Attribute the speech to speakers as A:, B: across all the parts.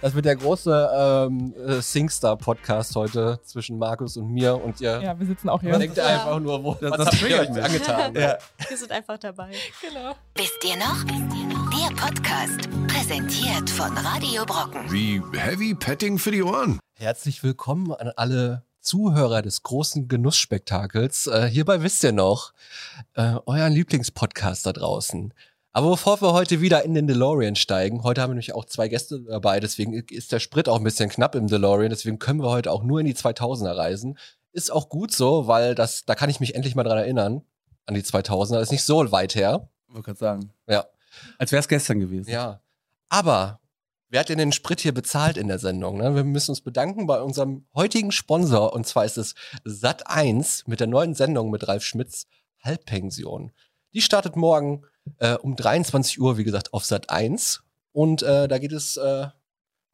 A: Das wird der große ähm, äh, Singstar-Podcast heute zwischen Markus und mir und ihr.
B: Ja, wir sitzen auch hier.
A: Man denkt einfach nur, wo das,
C: das
A: habt ihr
C: triggert
A: euch
C: mich.
A: angetan.
C: Ja.
D: Wir sind einfach dabei.
B: Genau.
E: Wisst ihr noch? Der Podcast, präsentiert von Radio Brocken.
F: Wie Heavy Petting für die Ohren.
A: Herzlich willkommen an alle Zuhörer des großen Genussspektakels. Äh, hierbei wisst ihr noch, äh, euren Lieblingspodcast da draußen. Aber bevor wir heute wieder in den DeLorean steigen, heute haben wir nämlich auch zwei Gäste dabei, deswegen ist der Sprit auch ein bisschen knapp im DeLorean, deswegen können wir heute auch nur in die 2000er reisen. Ist auch gut so, weil das, da kann ich mich endlich mal dran erinnern, an die 2000er, ist nicht so weit her.
C: Wollte gerade sagen.
A: Ja.
C: Als wäre es gestern gewesen.
A: Ja. Aber wer hat denn den Sprit hier bezahlt in der Sendung? Ne? Wir müssen uns bedanken bei unserem heutigen Sponsor und zwar ist es Sat1 mit der neuen Sendung mit Ralf Schmitz Halbpension. Die startet morgen äh, um 23 Uhr, wie gesagt, auf Sat1 und äh, da geht es äh,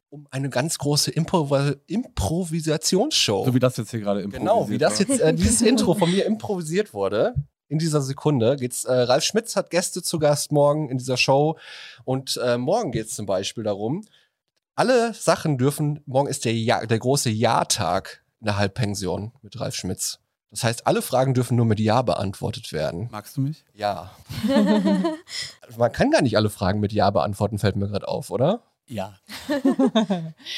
A: um eine ganz große Impro Improvisationsshow.
C: So wie das jetzt hier gerade
A: Genau, wie das jetzt, äh, dieses Intro von mir improvisiert wurde, in dieser Sekunde geht's. Äh, Ralf Schmitz hat Gäste zu Gast morgen in dieser Show. Und äh, morgen geht's zum Beispiel darum, alle Sachen dürfen, morgen ist der, ja der große Ja-Tag in der Halbpension mit Ralf Schmitz. Das heißt, alle Fragen dürfen nur mit Ja beantwortet werden.
C: Magst du mich?
A: Ja. Man kann gar nicht alle Fragen mit Ja beantworten, fällt mir gerade auf, oder?
C: Ja.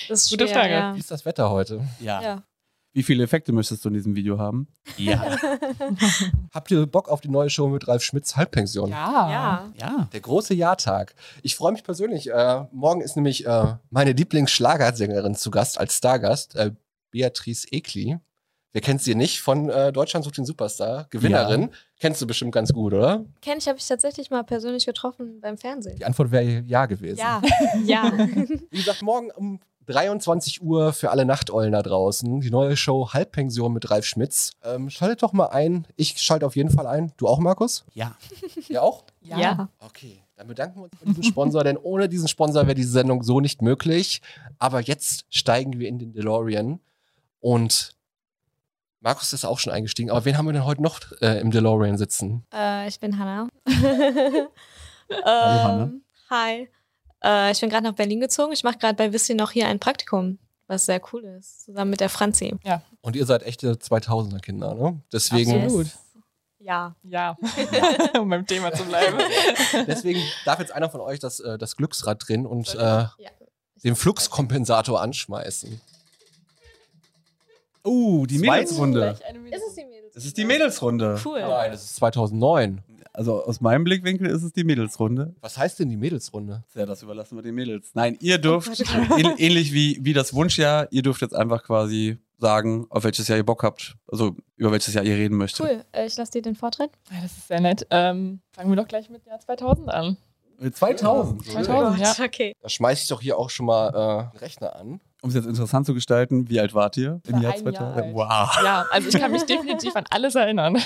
D: Das ist
B: Gute
D: schwer,
B: Frage.
D: Ja.
A: Wie ist das Wetter heute?
C: ja.
D: Ja.
C: Wie viele Effekte möchtest du in diesem Video haben? Ja.
A: Habt ihr Bock auf die neue Show mit Ralf Schmitz Halbpension?
B: Ja.
D: ja.
C: ja.
A: Der große Jahrtag. Ich freue mich persönlich. Äh, morgen ist nämlich äh, meine Lieblingsschlagersängerin zu Gast als Stargast, äh, Beatrice Ekli. Wer kennt sie nicht? Von äh, Deutschland sucht den Superstar, Gewinnerin. Kennst du bestimmt ganz gut, oder?
D: Kenn ich, habe ich tatsächlich mal persönlich getroffen beim Fernsehen.
A: Die Antwort wäre ja gewesen.
D: ja.
A: Wie gesagt, morgen um 23 Uhr für alle Nachteulen da draußen. Die neue Show Halbpension mit Ralf Schmitz. Ähm, schaltet doch mal ein. Ich schalte auf jeden Fall ein. Du auch, Markus?
C: Ja.
A: Ja auch?
B: Ja.
A: Okay, dann bedanken wir uns für diesen Sponsor, denn ohne diesen Sponsor wäre diese Sendung so nicht möglich. Aber jetzt steigen wir in den DeLorean und Markus ist auch schon eingestiegen. Aber wen haben wir denn heute noch äh, im DeLorean sitzen?
D: Äh, ich bin Hanna.
C: Hanna.
D: ähm, hi. Äh, ich bin gerade nach Berlin gezogen. Ich mache gerade bei Wissi noch hier ein Praktikum, was sehr cool ist, zusammen mit der Franzi.
A: Und ihr seid echte 2000er Kinder, ne? Deswegen,
B: Absolut.
D: Ja.
B: Ja. um beim Thema zu bleiben.
A: deswegen darf jetzt einer von euch das, äh, das Glücksrad drehen und äh,
D: Ja.
A: den Fluxkompensator anschmeißen.
C: Oh, die
B: Zwei-
C: Mädelsrunde.
B: Gleich eine Minute.
D: Ist es die Mädels?
C: Das ist Ah, die Mädelsrunde.
D: Cool.
A: Nein, das ist 2009.
C: Also aus meinem Blickwinkel ist es die Mädelsrunde.
A: Was heißt denn die Mädelsrunde?
C: Ja, das überlassen wir den Mädels. Nein, ihr dürft, äh, ähn- ähnlich wie, wie das Wunschjahr, ihr dürft jetzt einfach quasi sagen, auf welches Jahr ihr Bock habt. Also über welches Jahr ihr reden möchtet.
D: Cool. Äh, ich lasse dir den Vortritt.
B: Ja, Das ist sehr nett. Ähm, fangen wir doch gleich mit Jahr 2000 an.
C: Äh, 2000.
B: 2000, ja.
D: Oh Okay.
A: Da schmeiße ich doch hier auch schon mal äh, einen Rechner an.
C: Um es jetzt interessant zu gestalten, wie alt wart ihr im
B: War
C: Jahr
B: ein Jahr
C: 2000?
B: alt.
C: Wow.
B: Ja, also ich kann mich definitiv an alles erinnern.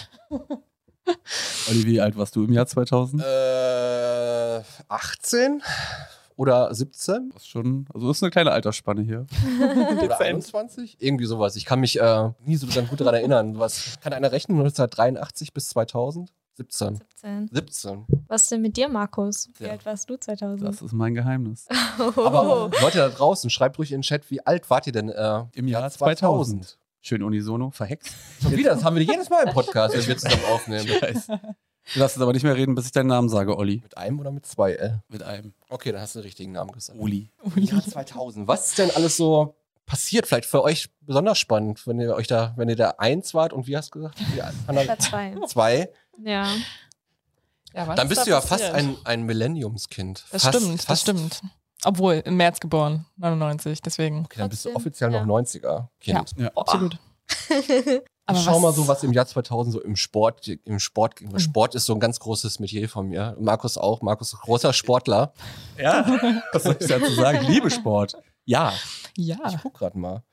C: Olli, wie alt warst du im Jahr 2000?
A: Äh, 18 oder 17
C: Das ist schon, also ist eine kleine Altersspanne hier.
A: oder 21? Irgendwie sowas. Ich kann mich äh, nie so besonders gut daran erinnern. Was kann einer rechnen? 1983 bis 2000? 17.
D: 17.
A: 17.
D: Was denn mit dir, Markus? Wie
A: Ja.
D: alt warst du 2000?
C: Das ist mein Geheimnis.
D: Oh.
A: Aber Leute da draußen, schreibt ruhig in den Chat, wie alt wart ihr denn äh,
C: Im Jahr 2000. Schön unisono, verhext.
A: Schon wieder, das haben wir jedes Mal im Podcast, wenn wir zusammen aufnehmen.
C: Scheiße. Du darfst jetzt aber nicht mehr reden, bis ich deinen Namen sage, Olli.
A: Mit einem oder mit zwei L?
C: Mit einem.
A: Okay, dann hast du den richtigen Namen gesagt.
C: Oli.
B: Oh,
A: Im Jahr 2000. Was ist denn alles so passiert? Vielleicht für euch besonders spannend, wenn ihr euch da, wenn ihr da eins wart und wie hast du gesagt? Ja,
D: Oder zwei.
A: zwei.
D: Ja.
B: Ja, was
A: Dann
B: ist
A: bist
B: da
A: du ja
B: passiert?
A: fast ein, ein Millenniumskind.
B: Das
A: fast,
B: stimmt, das
A: fast.
B: stimmt. Obwohl, im März geboren, 99, deswegen.
A: Okay, dann bist du
D: Trotzdem,
A: offiziell
D: ja.
A: noch 90er-Kind.
B: Absolut.
A: Aber Schau
B: was- Hm.
A: mal so, was im Jahr 2000 so im Sport, im Sport ging. Sport ist so ein ganz großes Metier von mir. Markus auch. Markus, ist großer Sportler.
C: Ja, was soll ich dazu sagen? Liebe Sport. Ja.
A: Ich
B: Ja.
A: guck gerade mal.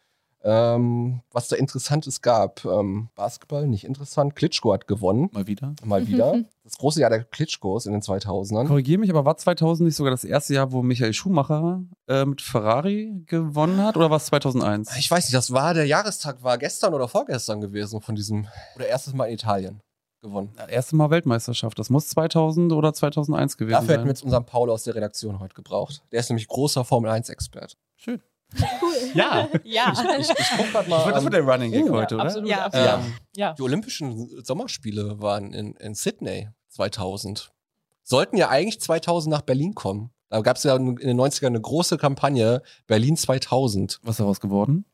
A: Ähm, was da Interessantes gab. Ähm, Basketball, nicht interessant. Klitschko hat gewonnen.
C: Mal wieder.
A: Mal wieder.
B: Mhm.
A: Das große Jahr der Klitschkos in den 2000ern.
C: Korrigiere mich, aber war 2000 nicht sogar das erste Jahr, wo Michael Schumacher äh, mit Ferrari gewonnen hat? Oder war es 2001?
A: Ich weiß nicht, das war, der Jahrestag war gestern oder vorgestern gewesen von diesem, oder erstes Mal in Italien. gewonnen.
C: Das erste Mal Weltmeisterschaft. Das muss 2000 oder 2001 gewesen
A: Dafür hätten wir
C: sein.
A: jetzt unseren Paul aus der Redaktion heute gebraucht. Der ist nämlich großer Formel 1-Expert.
C: Ja.
B: Ja.
A: Ich, ich guck grad
C: Ich
A: mal.
C: würde das
A: Ähm,
C: mit der Running Gag
A: Ja,
C: heute, oder?
B: Oh, Absolut,
D: Ja.
B: absolut.
A: ähm,
B: Ja.
A: die Olympischen Sommerspiele waren in, in Sydney 2000. Sollten ja eigentlich 2000 nach Berlin kommen. Da gab es ja in den 90ern eine große Kampagne, Berlin 2000.
C: Was ist daraus geworden?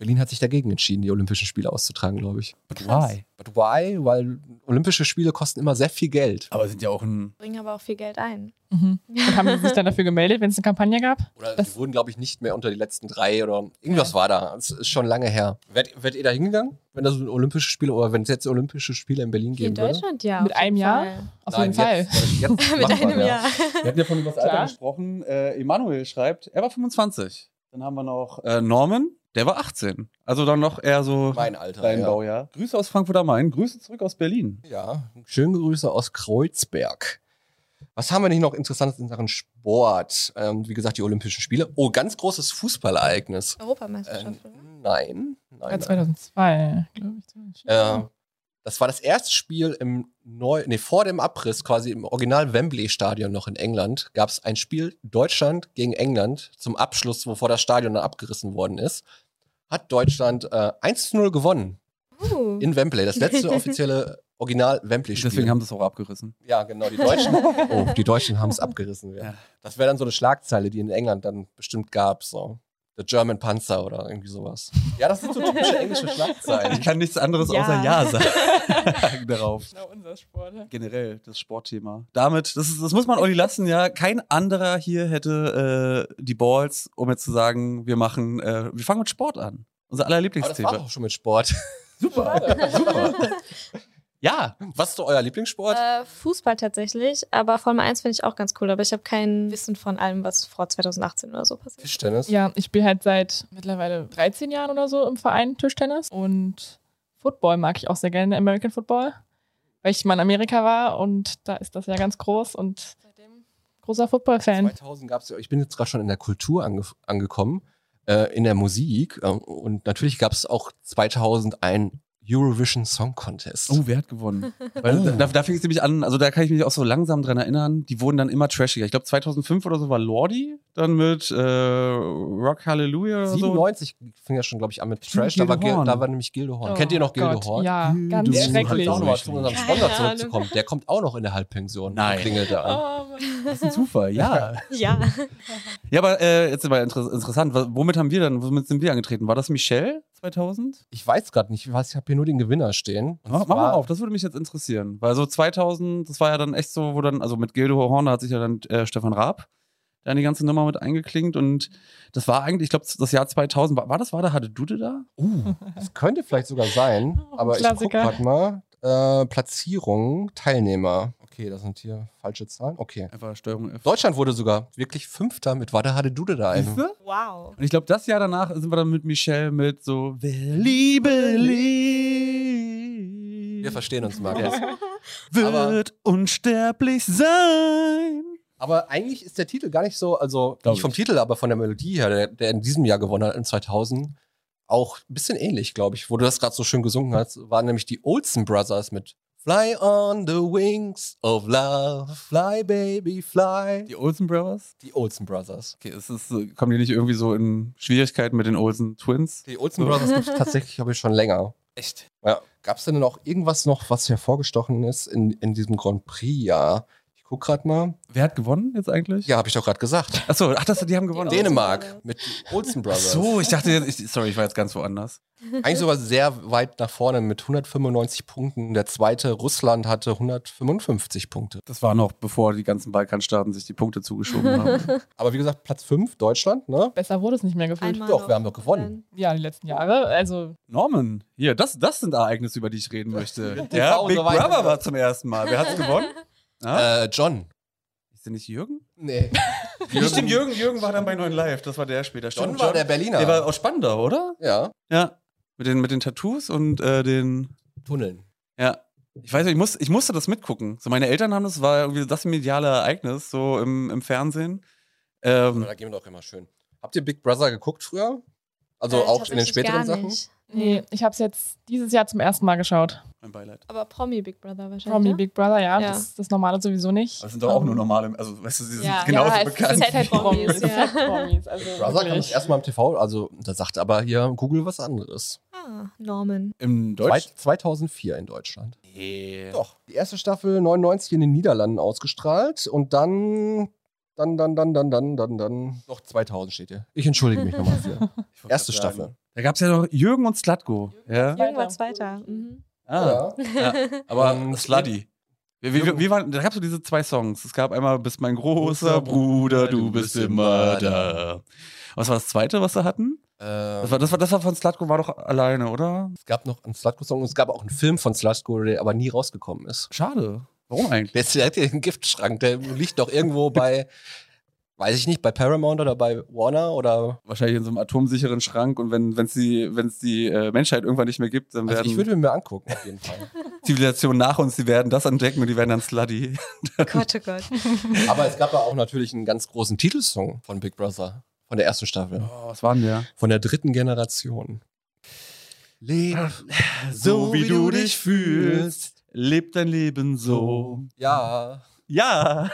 A: Berlin hat sich dagegen entschieden, die Olympischen Spiele auszutragen, glaube ich.
C: Why?
A: But why? Weil Olympische Spiele kosten immer sehr viel Geld.
C: Aber sind ja auch ein.
D: Bringen aber auch viel Geld ein.
B: Mhm. Und haben sie sich dann dafür gemeldet, wenn es eine Kampagne gab?
A: Oder die
B: Das-
A: wurden, glaube ich, nicht mehr unter die letzten drei oder irgendwas war da. Es ist schon lange her. Wärt, wärt ihr da hingegangen, wenn das Olympische Spiele oder wenn es jetzt Olympische Spiele in Berlin
D: Hier in
A: geben würde?
D: Deutschland, ja.
B: Mit
D: auf jeden
B: einem Jahr?
D: Fall.
B: Auf
A: Nein,
B: jeden Fall.
A: Jetzt, jetzt
D: Mit
A: machbar,
D: einem
A: ja.
D: Jahr.
C: Wir hatten ja von über das
B: Klar.
C: Alter gesprochen. Äh, Emanuel schreibt, er war 25. Dann haben wir noch äh, Norman, der war 18. Also dann noch eher so
A: Mein Alter.
C: dein
A: ja.
C: Baujahr. Grüße aus Frankfurt am Main, Grüße zurück aus Berlin.
A: Ja, schöne Grüße aus Kreuzberg. Was haben wir denn noch Interessantes in Sachen Sport? Ähm, wie gesagt, die Olympischen Spiele. Oh, ganz großes Fußballereignis. Ähm,
D: Europameisterschaft, oder?
A: nein,
B: Ja,
A: nein. nein.
B: 2002, glaube ich.
A: Äh, das war das erste Spiel im Neu nee, vor dem Abriss, quasi im Original Wembley-Stadion noch in England, gab es ein Spiel Deutschland gegen England zum Abschluss, wovor das Stadion dann abgerissen worden ist. Hat Deutschland äh, 1 zu 0 gewonnen
D: Uh,
A: in Wembley. Das letzte offizielle Original Wembley-Spiel.
C: Deswegen haben sie es auch abgerissen.
A: Ja, genau, die Deutschen. Oh, die Deutschen haben es abgerissen. Ja.
C: Ja.
A: Das wäre dann so eine Schlagzeile, die in England dann bestimmt gab, so. The German Panzer oder irgendwie sowas. Ja, das sind so typische englische
C: Ich
A: Schlagzeilen.
C: kann nichts anderes
D: Ja.
C: außer Ja sagen darauf.
B: Genau unser Sport.
C: Generell das Sportthema. Damit, das, ist, das muss man Olli lassen, ja. Kein anderer hier hätte äh, die Balls, um jetzt zu sagen, wir machen, äh, wir fangen mit Sport an. Unser aller
A: Aber das war
C: Lieblingsthema.
A: doch schon mit Sport.
C: Super, super. Ja,
A: Was ist doch euer Lieblingssport?
D: äh, Fußball tatsächlich, aber Formel 1 finde ich auch ganz cool, aber ich habe kein Wissen von allem, was vor 2018 oder so passiert.
A: Tischtennis.
B: Ja, ich spiele halt seit mittlerweile 13 Jahren oder so im Verein Tischtennis und Football mag ich auch sehr gerne, American Football, weil ich mal in Amerika war und da ist das ja ganz groß und seitdem großer Football-Fan.
A: 2000 gab es, ich bin jetzt gerade schon in der Kultur ange angekommen, äh, in der Musik. Äh, und natürlich gab es auch 2000 ein Eurovision Song Contest.
C: Oh, wer hat gewonnen? Weil
A: Oh.
C: da, da fing es nämlich an, also da kann ich mich auch so langsam dran erinnern, die wurden dann immer trashiger. Ich glaube 2005 oder so war Lordi dann mit äh, Rock Hallelujah oder so.
A: 97 fing ja schon, glaube ich, an mit
C: Stimmt,
A: Trash. Da war,
C: Gildo
A: Gil-
C: Horn.
A: da war nämlich Gildo Horn. Kennt ihr noch Gildo
B: Oh Gott,
A: Horn?
B: Ja,
C: Gildo
B: ganz
C: Horn.
A: Der kommt
B: schrecklich.
A: halt auch
C: noch
A: nochmal zu unserem
D: Keine
A: Sponsor
D: Ahnung.
A: zurückzukommen. Der kommt auch noch in der Halbpension.
C: Nein.
A: Klingelt da an.
B: Oh, Mann.
C: Das ist ein Zufall, ja.
D: Ja.
C: ja, aber äh, jetzt mal inter interessant, wa- womit haben wir dann, womit sind wir angetreten? War das Michelle 2000?
A: Ich weiß gerade nicht, ich, weiß, ich habe hier nur den Gewinner stehen. Und
C: Mach, mach mal
A: zwar-
C: auf, das würde mich jetzt interessieren. Weil so 2000, das war ja dann echt so, wo dann, also mit Gildo Horn, da hat sich ja dann äh, Stefan Raab dann die ganze Nummer mit eingeklinkt und das war eigentlich, ich glaube, das Jahr 2000, war, war das, war da, hatte Dude da?
A: Uh, das könnte vielleicht sogar sein,
B: Oh,
A: aber ich gucke
B: Klassiker.
A: gerade mal. Äh, Platzierung, Teilnehmer. Okay, das sind hier falsche Zahlen. Okay.
C: Einfach Steuerung F.
A: Deutschland wurde sogar wirklich Fünfter mit Wada Hade Dude da.
C: Siehste?
D: Wow.
C: Und ich glaube, das Jahr danach sind wir dann mit Michelle mit so Wer Liebe
A: Wir
C: liebt,
A: verstehen uns, Markus.
C: wird unsterblich sein.
A: Aber eigentlich ist der Titel gar nicht so, also
C: Glaub
A: nicht vom
C: ich.
A: Titel, aber von der Melodie her, der, der in diesem Jahr gewonnen hat, in 2000, auch ein bisschen ähnlich, glaube ich. Wo du das gerade so schön gesungen hast, waren nämlich die Olsen Brothers mit Fly on the wings of love, fly baby fly.
C: Die Olsen Brothers?
A: Die Olsen Brothers.
C: Okay, es ist, äh, kommen die nicht irgendwie so in Schwierigkeiten mit den Olsen Twins?
A: Die Olsen Brothers gibt es tatsächlich, glaube ich, schon länger. Echt? Ja. Gab es denn auch irgendwas noch, was hervorgestochen ist in, in diesem Grand Prix-Jahr? Ich guck gerade mal.
C: Wer hat gewonnen jetzt eigentlich?
A: Ja, habe ich doch gerade gesagt.
C: Achso, ach, das, die haben gewonnen.
D: Dänemark.
A: Dänemark mit den Olsen
C: Ach
A: Brothers.
C: so, ich dachte, jetzt- ich, sorry, ich war jetzt ganz woanders.
A: Eigentlich sogar sehr weit nach vorne mit 195 Punkten. Der zweite, Russland, hatte 155 Punkte.
C: Das war noch, bevor die ganzen Balkanstaaten sich die Punkte zugeschoben haben.
A: Aber wie gesagt, Platz 5, Deutschland, ne?
B: Besser wurde es nicht mehr gefühlt.
D: Einmal
A: Doch,
D: noch.
A: wir haben doch gewonnen.
B: Ja, die letzten Jahre. Also,
C: Norman, hier, das, das sind Ereignisse, über die ich reden möchte.
A: Ja,
C: Ja,
A: und
C: Big
A: so weiter.
C: Brother war zum ersten Mal. Wer hat's gewonnen? Ah?
A: Äh, John.
C: Ist der nicht Jürgen?
A: Nee.
C: Nicht dem Jürgen, Jürgen war dann bei 9 Live, das war der später.
A: John
C: Stimmt,
A: war der Berliner.
C: Der war aus Spandau, oder?
A: ja.
C: Ja. Mit den, mit den Tattoos und äh, den.
A: Tunneln.
C: Ja. Ich weiß nicht, ich, muss, ich musste das mitgucken. So, meine Eltern haben das, war irgendwie das mediale Ereignis, so im, im Fernsehen.
A: Aber
C: Ähm,
A: Da gehen wir doch immer schön. Habt ihr Big Brother geguckt früher? Also
D: Äh,
A: auch in den
D: tatsächlich
A: späteren
D: gar
A: Sachen?
D: nicht.
B: Nee, ich habe es jetzt dieses Jahr zum ersten Mal geschaut.
C: Mein Beileid.
D: Aber Promi Big Brother wahrscheinlich.
B: Promi
D: ne?
B: Big Brother, ja,
D: Ja.
B: Das, das normale sowieso nicht.
C: Das sind doch auch nur normale, also weißt du, sie sind
D: Ja.
C: genauso
B: ja,
C: bekannt.
B: Es sind halt
D: Promis,
B: Promis.
D: ja.
B: Ja. Promis also
A: Brother kam das
B: wirklich.
A: erstmal im TV, also da sagt aber hier Google was anderes.
D: Ah, Norman.
C: Im
A: Zwei-
C: Deutsch?
A: 2004 in Deutschland.
C: Nee.
A: Doch. Die erste Staffel 99 in den Niederlanden ausgestrahlt und dann, dann, dann, dann, dann, dann, dann, dann. Doch 2000 steht hier. Ich entschuldige mich nochmal für.
C: Ich wollte
A: Erste
C: gerade sagen.
A: Staffel.
C: Da gab es ja noch Jürgen und Slatko. Ja.
B: Weiter.
D: Irgendwas weiter. Mhm.
C: Ah, ja. Aber
A: Und-
C: Sluddy. Wie, wie, wie waren, da gab es so diese zwei Songs. Es gab einmal Bist mein großer
A: Großer
C: Bruder, du bist immer da. Und Was war das zweite, was sie hatten?
A: Ähm,
C: Das war, das war, das war von Slatko, war doch alleine, oder?
A: es gab noch einen Slutko-Song und es gab auch einen Film von Slutko, der aber nie rausgekommen ist.
C: Schade. Warum eigentlich?
A: Der ist direkt in den Giftschrank. Der liegt doch irgendwo bei, weiß ich nicht, bei Paramount oder bei Warner oder.
C: Wahrscheinlich in so einem atomsicheren Schrank und wenn es die, wenn's die äh, Menschheit irgendwann nicht mehr gibt, dann
A: Also ich
C: werden
A: würde mir angucken, auf jeden Fall.
C: Zivilisationen nach uns, die werden das entdecken und die werden dann Sluddy.
D: Gott, oh Gott.
A: Aber es gab ja auch natürlich einen ganz großen Titelsong von Big Brother, von der ersten Staffel.
C: Oh, was waren der?
A: von der dritten Generation. Leb
C: So wie du dich fühlst, leb dein Leben so.
A: Ja.
C: Ja.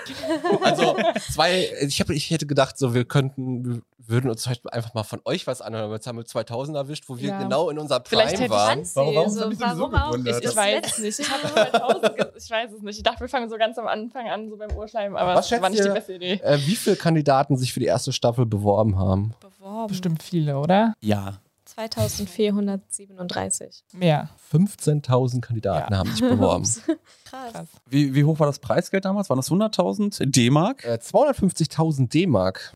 A: Also zwei, ich, hab, ich hätte gedacht, so wir könnten, wir würden uns heute einfach mal von euch was anhören, aber jetzt haben wir 2000 erwischt, wo wir
B: Ja.
A: genau in unserer Prime
B: Vielleicht hätte ich
A: waren.
D: Franzi,
C: Warum- warum
D: so,
C: hab ich sowieso
D: warum auch?
C: gewundert?
D: Ich,
B: Ich
D: ich
B: weiß
D: weiß
B: es nicht. Ich habe 2000 ge- Ich weiß es nicht. Ich dachte, wir fangen so ganz am Anfang an, so beim Urschleim, aber
A: Was
B: das war
A: schätzt
B: nicht die
A: ihr?
B: beste Idee.
A: Äh, wie viele Kandidaten sich für die erste Staffel beworben haben?
D: beworben.
B: Bestimmt viele, oder?
C: Ja.
D: 2437.
B: Mehr.
A: 15.000 Kandidaten haben sich beworben.
D: Ups. Krass.
C: Wie, wie hoch war das Preisgeld damals? Waren das 100.000 D-Mark?
A: Äh, 250.000 D-Mark.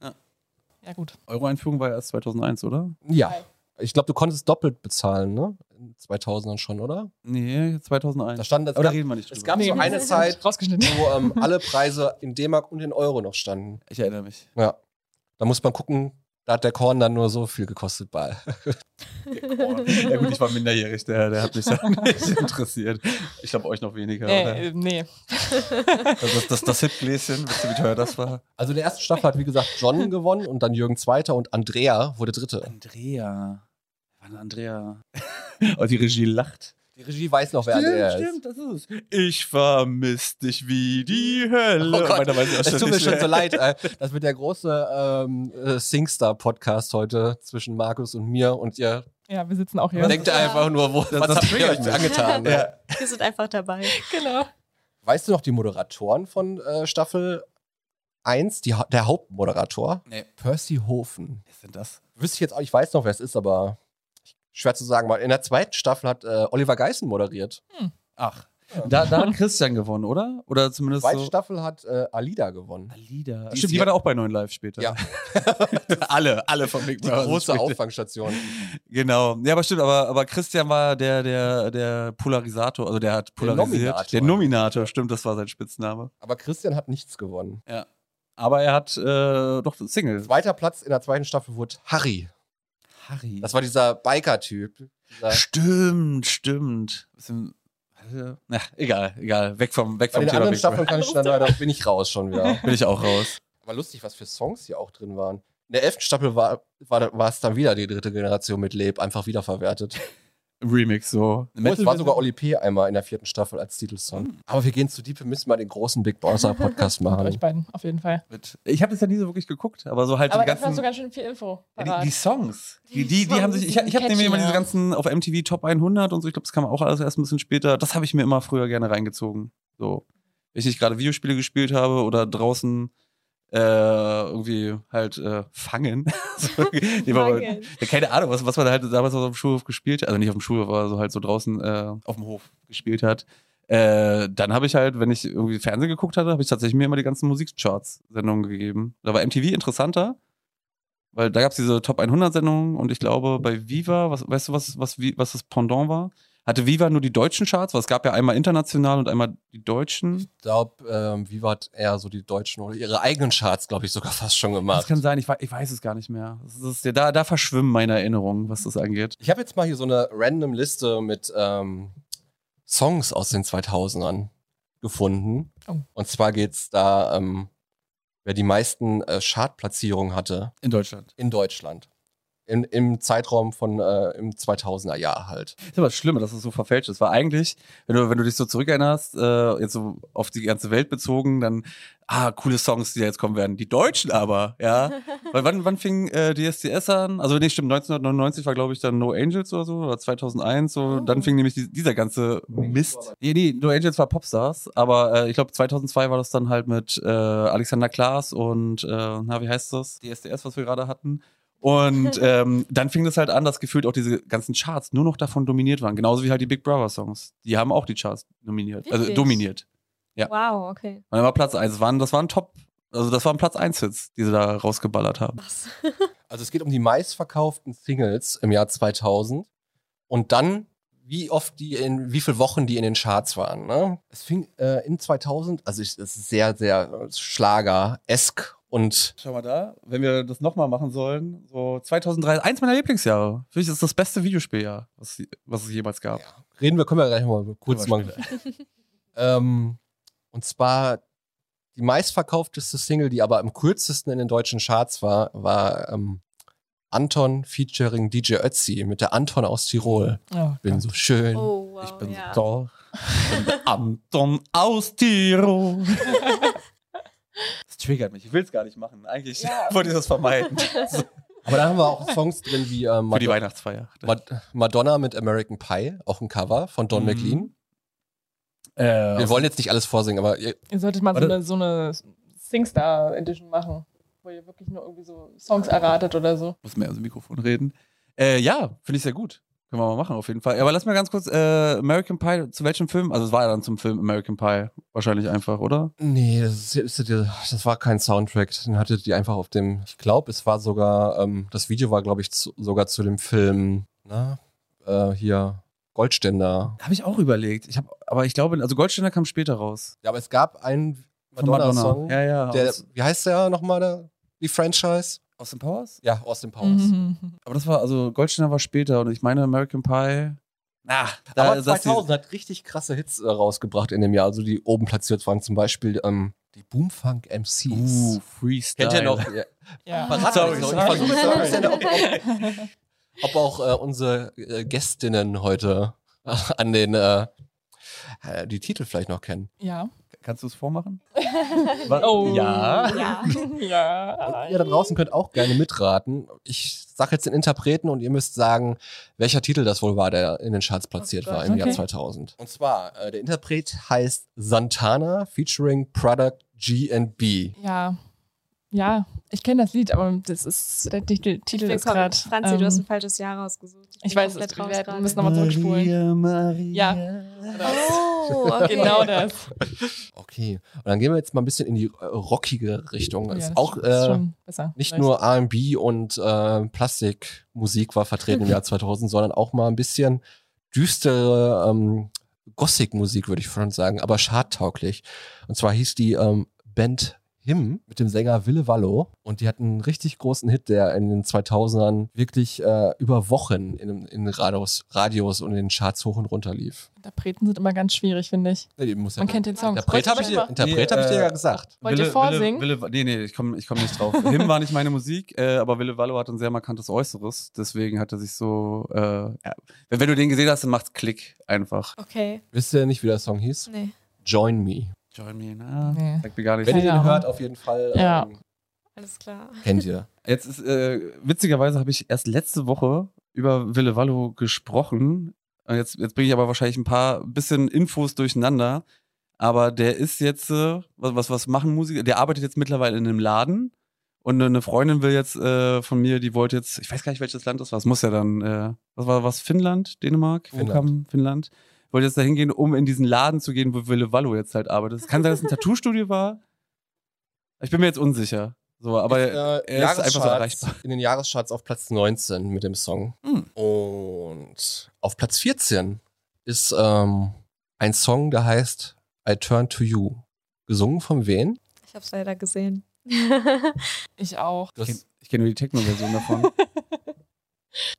B: Ja, gut.
C: Euro-Einführung war erst 2001, oder?
A: Ja. Ich glaube, du konntest doppelt bezahlen, ne? In 2000ern schon, oder?
C: Nee, 2001.
A: Da stand das.
C: Aber da reden wir nicht
A: es
C: drüber.
A: gab so
B: Nee.
A: eine Zeit,
B: Rausgeschnitten.
A: wo ähm, alle Preise in D-Mark und in Euro noch standen.
C: ich erinnere mich.
A: Ja. Da muss man gucken, da hat der Korn dann nur so viel gekostet bei.
C: ja gut, ich war minderjährig, der, der hat mich da nicht interessiert. Ich glaube, euch noch weniger.
B: Nee, äh, nee.
C: oder? Also das, das, das Hip-Gläschen, wisst ihr, wie teuer das war?
A: Also in der ersten Staffel hat, wie gesagt, John gewonnen und dann Jürgen Zweiter und Andrea wurde Dritte.
C: Andrea. Wann Andrea? Und Oh, die Regie lacht.
A: Die Regie weiß noch, wer Andrea ist.
C: das ist es. Ich vermiss dich wie die Hölle.
A: Oh Gott,
C: Und meiner weiß ich auch
A: Es tut mir
C: nicht
A: schon
C: mehr.
A: so leid, äh, dass wird der große ähm, äh, Singstar-Podcast heute zwischen Markus und mir und ihr
B: Ja, wir sitzen auch hier.
A: denkt einfach nur, wo, was
C: das
A: habt ihr
C: triggert
A: euch
C: mich.
A: angetan? Ne?
C: Ja.
D: Wir sind einfach dabei.
B: Genau.
A: Weißt du noch die Moderatoren von äh, Staffel 1, die, Hau- der Hauptmoderator?
C: Nee.
A: Percy Hofen.
C: Was ist denn das?
A: Wüsste ich jetzt auch, ich weiß noch, wer es ist, aber schwer zu sagen. Weil in der zweiten Staffel hat äh, Oliver Geissen moderiert.
C: Ach. Da, da hat Christian gewonnen, oder? Oder zumindest
A: Zweite
C: so.
A: Staffel hat äh, Alida gewonnen.
C: Alida.
A: Die
C: Stimmt,
A: ist
C: die war
A: ja-
C: da auch bei 9 Live später.
A: Ja.
C: alle, alle von Big
A: Die
C: Brother sind
A: große
C: später.
A: Auffangstation.
C: Genau. Ja, aber stimmt, aber, aber Christian war der, der, der Polarisator, also der hat polarisiert.
A: Nominator.
C: Der Nominator, stimmt, das war sein Spitzname.
A: Aber Christian hat nichts gewonnen.
C: Aber er hat äh, doch Single.
A: Zweiter Platz in der zweiten Staffel wurde Harry.
C: Harry.
A: Das war dieser Biker-Typ. Dieser-
C: Stimmt, stimmt. Bisschen, hatte- na, egal, egal. Weg vom, weg
A: Bei
C: vom
A: den
C: Thema
A: anderen
C: Big Brother.
A: Staffeln kann ich dann, da bin ich raus schon wieder.
C: Bin ich auch raus.
A: Aber lustig, was für Songs hier auch drin waren. In der elften Staffel war, war, war es dann wieder die dritte Generation mit Leb, einfach wiederverwertet.
C: Im Remix so.
A: Oh, es war sogar Oli P. einmal in der vierten Staffel als Titelsong.
C: Hm.
A: Aber wir gehen zu deep, wir müssen mal den großen Big Brother Podcast
B: Mit
A: machen.
B: euch beiden, auf jeden Fall.
C: mit. Ich habe das ja nie so wirklich geguckt, aber so halt
B: Aber
C: die
B: dafür hast du
C: ganzen.
B: ganz schön viel Info.
C: Ja,
B: parat.
C: die, die Songs, die, die, die haben sich, ich, ich habe
B: Catchy,
C: nämlich immer diese
B: ja.
C: ganzen auf MTV Top 100 und so, ich glaube, das kam auch alles erst ein bisschen später. Das habe ich mir immer früher gerne reingezogen. So, wenn ich nicht gerade Videospiele gespielt habe oder draußen äh, irgendwie halt äh, fangen. so, nee, aber, ja,
D: Fangen.
C: keine Ahnung, was, was man halt damals auf dem Schulhof gespielt hat. Also nicht auf dem Schulhof, aber so halt so draußen äh, auf dem Hof gespielt hat. Äh, dann habe ich halt, wenn ich irgendwie Fernsehen geguckt hatte, habe ich tatsächlich mir immer die ganzen Musikcharts-Sendungen gegeben. Da war MTV interessanter, weil da gab es diese Top 100-Sendungen und ich glaube, bei Viva, was, weißt du, was, was, Vi- was das Pendant war? Hatte Viva nur die deutschen Charts, weil es gab ja einmal international und einmal die deutschen.
A: Ich glaube, ähm, wie hat eher so die Deutschen oder ihre eigenen Charts, glaube ich, sogar fast schon
C: Das
A: gemacht.
C: kann sein, ich, wei- ich weiß es gar nicht mehr. Das ist, ja- da, da verschwimmen meine Erinnerungen, was das angeht.
A: Ich habe jetzt mal hier so eine random Liste mit ähm, Songs aus den 2000ern gefunden.
B: Oh.
A: Und zwar geht's da, ähm, wer die meisten äh, Chartplatzierungen hatte
C: In Deutschland.
A: in Deutschland. in, im Zeitraum von äh, im 2000er Jahr halt.
C: Das ist aber das Schlimme, dass es so verfälscht ist. Weil eigentlich, wenn du, wenn du dich so zurückerinnerst, äh, jetzt so auf die ganze Welt bezogen, dann, ah, coole Songs, die da jetzt kommen werden. Die Deutschen aber, ja. Weil wann, wann fing äh, DSDS an? Also, nee, stimmt, 1999 war, glaube ich, dann No Angels oder so, oder 2001, so. Dann fing nämlich die, dieser ganze Mist. Nee, nee, No Angels war Popstars, aber äh, ich glaube, 2002 war das dann halt mit äh, Alexander Klaas und, äh, na, wie heißt das? DSDS, was wir gerade hatten. Und ähm, dann fing das halt an, dass gefühlt auch diese ganzen Charts nur noch davon dominiert waren. Genauso wie halt die Big Brother Songs. Die haben auch die Charts nominiert. Also
D: Wirklich?
C: dominiert. Ja.
D: Wow, okay.
C: Und dann war Platz 1. Das waren, das waren Top, also das waren Platz 1 Hits, die sie da rausgeballert haben.
D: Was?
A: Also es geht um die meistverkauften Singles im Jahr 2000 und dann wie oft die in wie viele Wochen die in den Charts waren. Ne? Es fing äh, in 2000, also ich- es ist sehr sehr Schlager esk und
C: Schau mal da, wenn wir das nochmal machen sollen, so 2003, eins meiner Lieblingsjahre. Für mich ist das beste Videospieljahr, was, was es jemals gab.
A: ja, reden wir können wir gleich mal kurz
C: Können
A: mal. ähm, und zwar die meistverkaufteste Single, die aber am kürzesten in den deutschen Charts war, war ähm, Anton featuring DJ Ötzi mit der Anton aus Tirol.
B: Oh,
A: Bin so schön.
D: Oh, wow. ja.
C: so toll. Anton aus Tirol. Das triggert mich. Ich will es gar nicht machen. Eigentlich wollte ich das vermeiden.
A: Aber da haben wir auch Songs drin wie ähm,
C: Für die Weihnachtsfeier.
A: Mad Madonna mit American Pie, auch ein Cover von Don
C: Mhm.
A: McLean.
C: Äh,
A: Wir wollen jetzt nicht alles vorsingen, aber ihr-
B: Ihr solltet mal so
C: Warte.
B: eine, so eine Singstar-Edition machen, wo ihr wirklich nur irgendwie so Songs erratet oder so.
C: muss mehr aus dem Mikrofon reden. Äh, ja, finde ich sehr gut. Können wir mal machen, auf jeden Fall. Aber lass mal ganz kurz, äh, American Pie, zu welchem Film? Also es war ja dann zum Film American Pie. Wahrscheinlich einfach, oder?
A: nee, das, ist, ist, das war kein Soundtrack. Den hattet ihr einfach auf dem, ich glaube, es war sogar, ähm, das Video war, glaube ich, zu, sogar zu dem Film, na, äh, hier, Goldständer.
C: Habe ich auch überlegt. Ich hab, aber ich glaube, also Goldständer kam später raus.
A: Ja, aber es gab einen Madonna-Song.
C: Ja, genau. ja.
A: der,
C: aus,
A: wie heißt der nochmal, der, die Franchise?
C: aus den Powers?
A: Ja, Austin Powers.
B: Mhm.
C: Aber das war, also Goldständer war später und ich meine American Pie. Ah, da
A: aber 2000 hat richtig krasse Hits äh, rausgebracht in dem Jahr, also die oben platziert waren, zum Beispiel ähm, die Boomfunk MCs.
C: Die, uh, Freestyle.
A: Kennt ihr noch? Ja.
B: Ja.
A: Verrat
C: Sorry,
A: mich noch.
C: sorry,
A: Ich versuche
D: sorry.
A: es noch. Ob auch äh, unsere äh, Gästinnen heute an den äh, äh, die Titel vielleicht noch kennen.
B: ja.
C: Kannst du es vormachen?
B: Oh.
C: Ja.
D: ja.
B: ja.
A: Und ihr da draußen könnt auch gerne mitraten. Ich sage jetzt den Interpreten und ihr müsst sagen, welcher Titel das wohl war, der in den Charts platziert
D: Oh Gott,
A: war im Jahr
B: okay.
A: 2000. Und zwar, äh, der Interpret heißt Santana featuring Product G&B.
B: Ja. Ja, ich kenne das Lied, aber das ist der Titel, Titel ist
D: Willkommen.
B: gerade.
D: Franzi, du hast ein falsches Jahr rausgesucht.
B: ähm, ich weiß
D: Komplett
B: es, wir
D: raus
B: werden-
D: gerade.
B: müssen nochmal zurückspulen.
D: Oh, okay.
B: Genau das.
A: Okay, und dann gehen wir jetzt mal ein bisschen in die äh, rockige Richtung.
B: Ja,
A: ist
B: das
A: auch
B: ist
A: äh,
B: schon besser.
A: Nicht
B: Vielleicht.
A: nur RB und äh, Plastikmusik war vertreten
B: Mhm.
A: im Jahr 2000, sondern auch mal ein bisschen düstere ähm, Gothic-Musik, würde ich schon sagen, aber schadtauglich. Und zwar hieß die ähm, Band Him mit dem Sänger Wille Wallo und die hatten einen richtig großen Hit, der in den 2000ern wirklich äh, über Wochen in, in Radios, Radios und in den Charts hoch und runter lief.
B: Interpreten sind immer ganz schwierig, finde ich.
A: Nee, die muss ja-
B: Man kennt den Song.
A: Interpret habe ich, dir-
B: Wollt ihr
A: Interpret hab ich dir
C: Nee,
A: ja
C: äh,
A: gesagt.
B: Wollt ihr vorsingen?
C: Wille, Wille, nee, nee, ich komme ich komm nicht drauf. Him war nicht meine Musik, äh, aber Wille Wallo hat ein sehr markantes Äußeres. Deswegen hat er sich so. Äh, ja. wenn, wenn du den gesehen hast, dann macht's Klick einfach.
D: Okay,
A: Wisst ihr nicht, wie der Song hieß?
D: nee.
A: Join Me.
C: Join me now.
B: Nee.
C: Sagt mir gar nichts.
A: Wenn ihr den
B: Ahnung.
A: hört, auf jeden Fall
B: Ja.
A: ähm,
D: Alles klar.
A: kennt ihr.
C: Jetzt ist, äh, witzigerweise habe ich erst letzte Woche über Wille Wallo gesprochen. Und jetzt, jetzt bringe ich aber wahrscheinlich ein paar bisschen Infos durcheinander. Aber der ist jetzt, äh, was, was, was machen Musiker? Der arbeitet jetzt mittlerweile in einem Laden. Und eine Freundin will jetzt äh, von mir, die wollte jetzt, ich weiß gar nicht, welches Land das war, es muss ja dann, äh, was war was, Finnland, Dänemark, Wo
A: Finnland.
C: kam Finnland, wollte jetzt da hingehen, um in diesen Laden zu gehen, wo Wille Wallo jetzt halt arbeitet. Es kann sein, dass es ein Tattoo-Studio war. Ich bin mir jetzt unsicher. So, aber
A: Ist, äh,
C: er ist einfach so
A: Jahrescharts-
C: erreichbar.
A: In den Jahrescharts auf Platz 19 mit dem Song.
C: Hm.
A: Und auf Platz 14 ist ähm, ein Song, der heißt I Turn to You. Gesungen von wen?
D: Ich hab's leider gesehen.
B: Ich auch.
A: Das
C: Ich kenn- ich kenne nur die Techno-Version davon.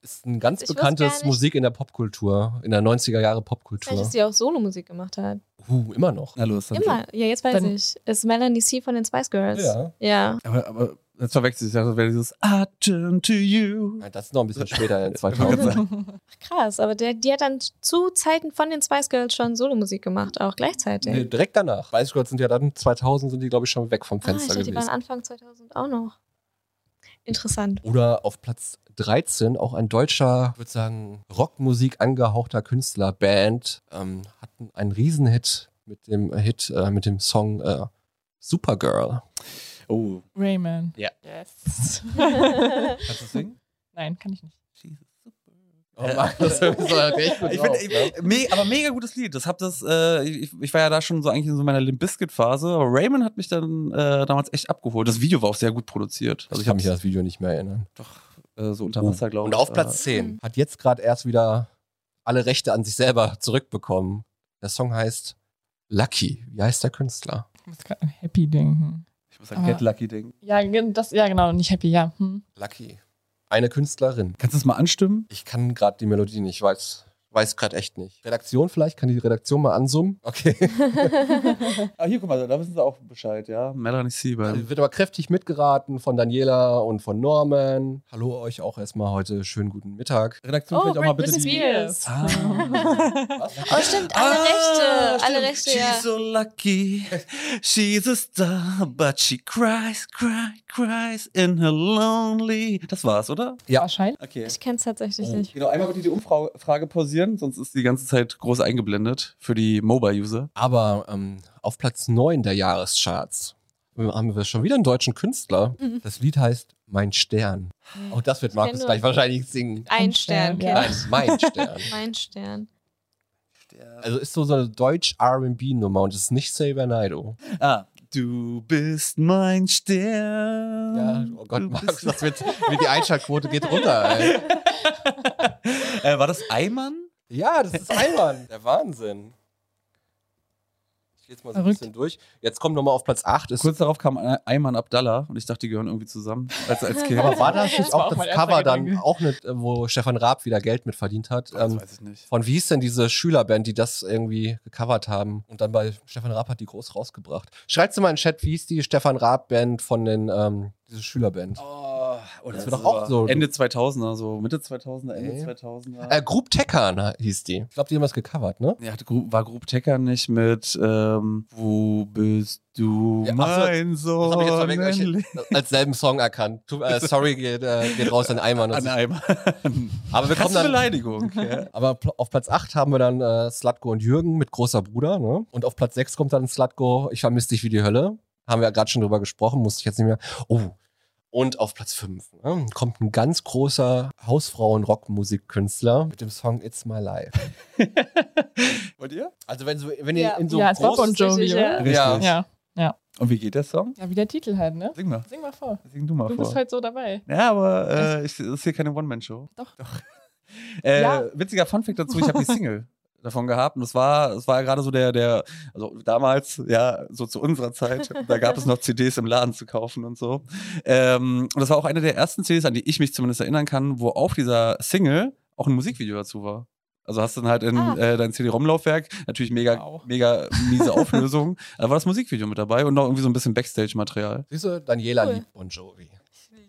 A: ist ein ganz
D: Ich wusste gar
A: bekanntes
D: nicht.
A: Musik in der Popkultur, in der 90er Jahre
D: Vielleicht,
A: Popkultur.
D: dass sie auch Solomusik gemacht hat.
A: Uh, immer noch.
C: Na los, dann.
D: Immer. Ja, jetzt weiß
B: Dann-
D: ich. Ist Melanie C. von den Spice Girls.
A: Ja.
D: Ja.
C: Aber, aber Jetzt verwechselt sich das, das wäre dieses I turn to you.
A: Ja, Das ist noch ein bisschen später in den
C: wollte
A: 2000.
D: Ach, krass, aber der, die hat dann zu Zeiten von den Spice Girls schon Solomusik gemacht, auch gleichzeitig.
A: Nee, direkt danach. Weiß Gott sind ja dann 2000 sind die glaube ich schon weg vom
D: ah, ich
A: Fenster
D: dachte, die waren
A: gewesen.
D: Anfang 2000 auch noch. Interessant.
A: Oder auf Platz 13 auch ein deutscher, ich würde sagen Rockmusik angehauchter Künstler Band ähm, hatten einen Riesenhit mit dem Hit äh, mit dem Song äh, Supergirl.
C: Oh.
B: Rayman.
C: Ja.
B: Yes.
C: Kannst du singen?
B: Nein, kann ich nicht.
A: Oh Mann, das ist halt echt gut
C: Ich
A: drauf,
C: finde,
A: ne?
C: ich- me aber mega gutes Lied. Das hab das, äh, ich, ich war ja da schon so eigentlich in so meiner Limp Bizkit Phase, aber Raymond hat mich dann äh, damals echt abgeholt. Das Video war auch sehr gut produziert.
A: Also ich kann mich an das Video nicht mehr erinnern.
C: äh, so unter Wasser, glaube
A: Und
C: ich.
A: auf Platz 10 hat jetzt gerade erst wieder alle Rechte an sich selber zurückbekommen. Der Song heißt Lucky. Wie heißt der Künstler?
B: Ich muss gerade an Happy denken.
C: Äh, ich muss an Get
B: Aber-
C: Lucky denken.
B: Ja, gen- das, ja genau, nicht Happy, ja. Hm.
A: Lucky. Eine Künstlerin.
C: Kannst du das mal anstimmen?
A: Ich kann gerade die Melodie nicht, weiß, weiß gerade echt nicht. Redaktion vielleicht? Kann die Redaktion mal ansummen? Okay.
C: Ah, hier, guck mal, da wissen sie auch Bescheid, ja? Melanie Siebel.
A: Wird aber kräftig mitgeraten von Daniela und von Norman. Hallo euch auch erstmal heute. Schönen guten Mittag. Redaktion
D: Oh,
A: vielleicht auch mal bitte
D: Britney
A: die...
D: Spears.
C: Ah.
D: Oh, stimmt, alle
A: Ah,
D: Rechte. Alle Rechte, ja.
C: She's so lucky, she's a star, but she cries, cries, cries in her lonely. Das war's, oder?
A: Ja.
B: Wahrscheinlich.
C: Okay.
D: Ich kenne es
A: Oh.
D: tatsächlich nicht.
C: Genau, einmal bitte die Umfrage pausieren, sonst ist die ganze Zeit groß eingeblendet für die Mobile-User.
A: Aber ähm, auf Platz 9 der Jahrescharts haben wir schon wieder einen deutschen Künstler. Das Lied heißt Mein Stern. Auch das wird
D: Mhm. Ah, Ich kenn
A: Markus
D: nur-
A: gleich wahrscheinlich singen.
D: Ein Stern,
B: Ja.
A: Nein,
D: kenn
A: Mein Stern.
D: ich. Mein Stern.
A: Also ist so so eine Deutsch-R&B-Nummer und es ist nicht Sabernido.
C: Ah. Du bist mein Stern.
A: Ja, oh Gott,
C: Du
A: Markus,
C: bist-
A: das wird, wird die Einschaltquote geht runter, ey.
C: äh, war das Eimann?
A: Ja, das ist Einwand. Der Wahnsinn. Ich gehe jetzt mal so ein
B: Verrückt.
A: bisschen durch. Jetzt kommt nochmal auf Platz 8. Ist,
C: Kurz darauf kam Ei- Eimann Abdallah und ich dachte, die gehören irgendwie zusammen. Als, als Kind.
A: aber war das nicht
B: war
A: auch
B: auch
A: das
B: mein erster
A: Cover dann
B: Gedanke.
A: auch nicht, äh, wo Stefan Raab wieder Geld mit verdient hat?
C: das
A: Ähm,
C: weiß ich nicht.
A: von wie hieß denn diese Schülerband, die das irgendwie gecovert haben? Und dann bei Stefan Raab hat die groß rausgebracht. Schreibt's mal in den Chat, wie hieß die Stefan Raab-Band von den, ähm, diese Schülerband?
C: Oh, oh,
A: Das war doch auch
C: aber
A: so-
C: Ende 2000er, so Mitte 2000er, Ende
A: Ey.
C: 2000er.
A: Äh, Grub Tekan hieß die. Ich glaube, die haben das gecovert, ne?
C: ja, hatte Gru- war Grub Tecker nicht mit ähm, Wo bist du,
A: Ja, ach so,
C: mein
A: Das hab ich jetzt
C: Sohn?
A: verwechselt. Ich- als selben Song erkannt. Tu- Äh, sorry, geht, äh, geht raus an Eimer.
C: An
A: Das-
C: Eimann.
A: Aber wir kommen
C: Krasse
A: dann.
C: Beleidigung. ja.
A: Aber pl- auf Platz 8 haben wir dann äh, Slatko und Jürgen mit großer Bruder. Ne? Und auf Platz 6 kommt dann Slatko, ich vermisse dich wie die Hölle. Haben wir ja gerade schon drüber gesprochen, musste ich jetzt nicht mehr. Oh. Und auf Platz 5 ne, kommt ein ganz großer Hausfrauen-Rockmusikkünstler mit dem Song It's My Life.
C: Wollt ihr?
A: Also wenn, so, wenn
D: Ja.
A: ihr in so
B: ja,
A: einem
B: es war Bon
A: großen...
B: Jovi,
D: Richtig,
B: oder?
D: ja.
A: Ja.
B: Ja.
C: Und wie geht der Song?
B: ja, wie der Titel halt, ne?
C: Sing mal.
B: Sing mal vor.
C: Sing du mal
B: Du
C: vor.
B: bist halt so dabei.
C: ja, aber äh, ich, das ist hier keine One-Man-Show.
B: Doch.
C: Äh,
B: Ja.
C: Witziger Funfact dazu, ich habe die Single davon gehabt und es war, es war ja gerade so der, der, also damals, ja, so zu unserer Zeit, da gab es noch CDs im Laden zu kaufen und so. Ähm, und das war auch eine der ersten CDs, an die ich mich zumindest erinnern kann, wo auf dieser Single auch ein Musikvideo dazu war. Also hast du dann halt in
D: Ah.
C: äh, dein CD-ROM-Laufwerk natürlich mega,
B: Wow.
C: mega miese Auflösung. Da war das Musikvideo mit dabei und noch irgendwie so ein bisschen Backstage-Material.
A: Siehst du, Daniela
D: Cool.
A: liebt Bon Jovi.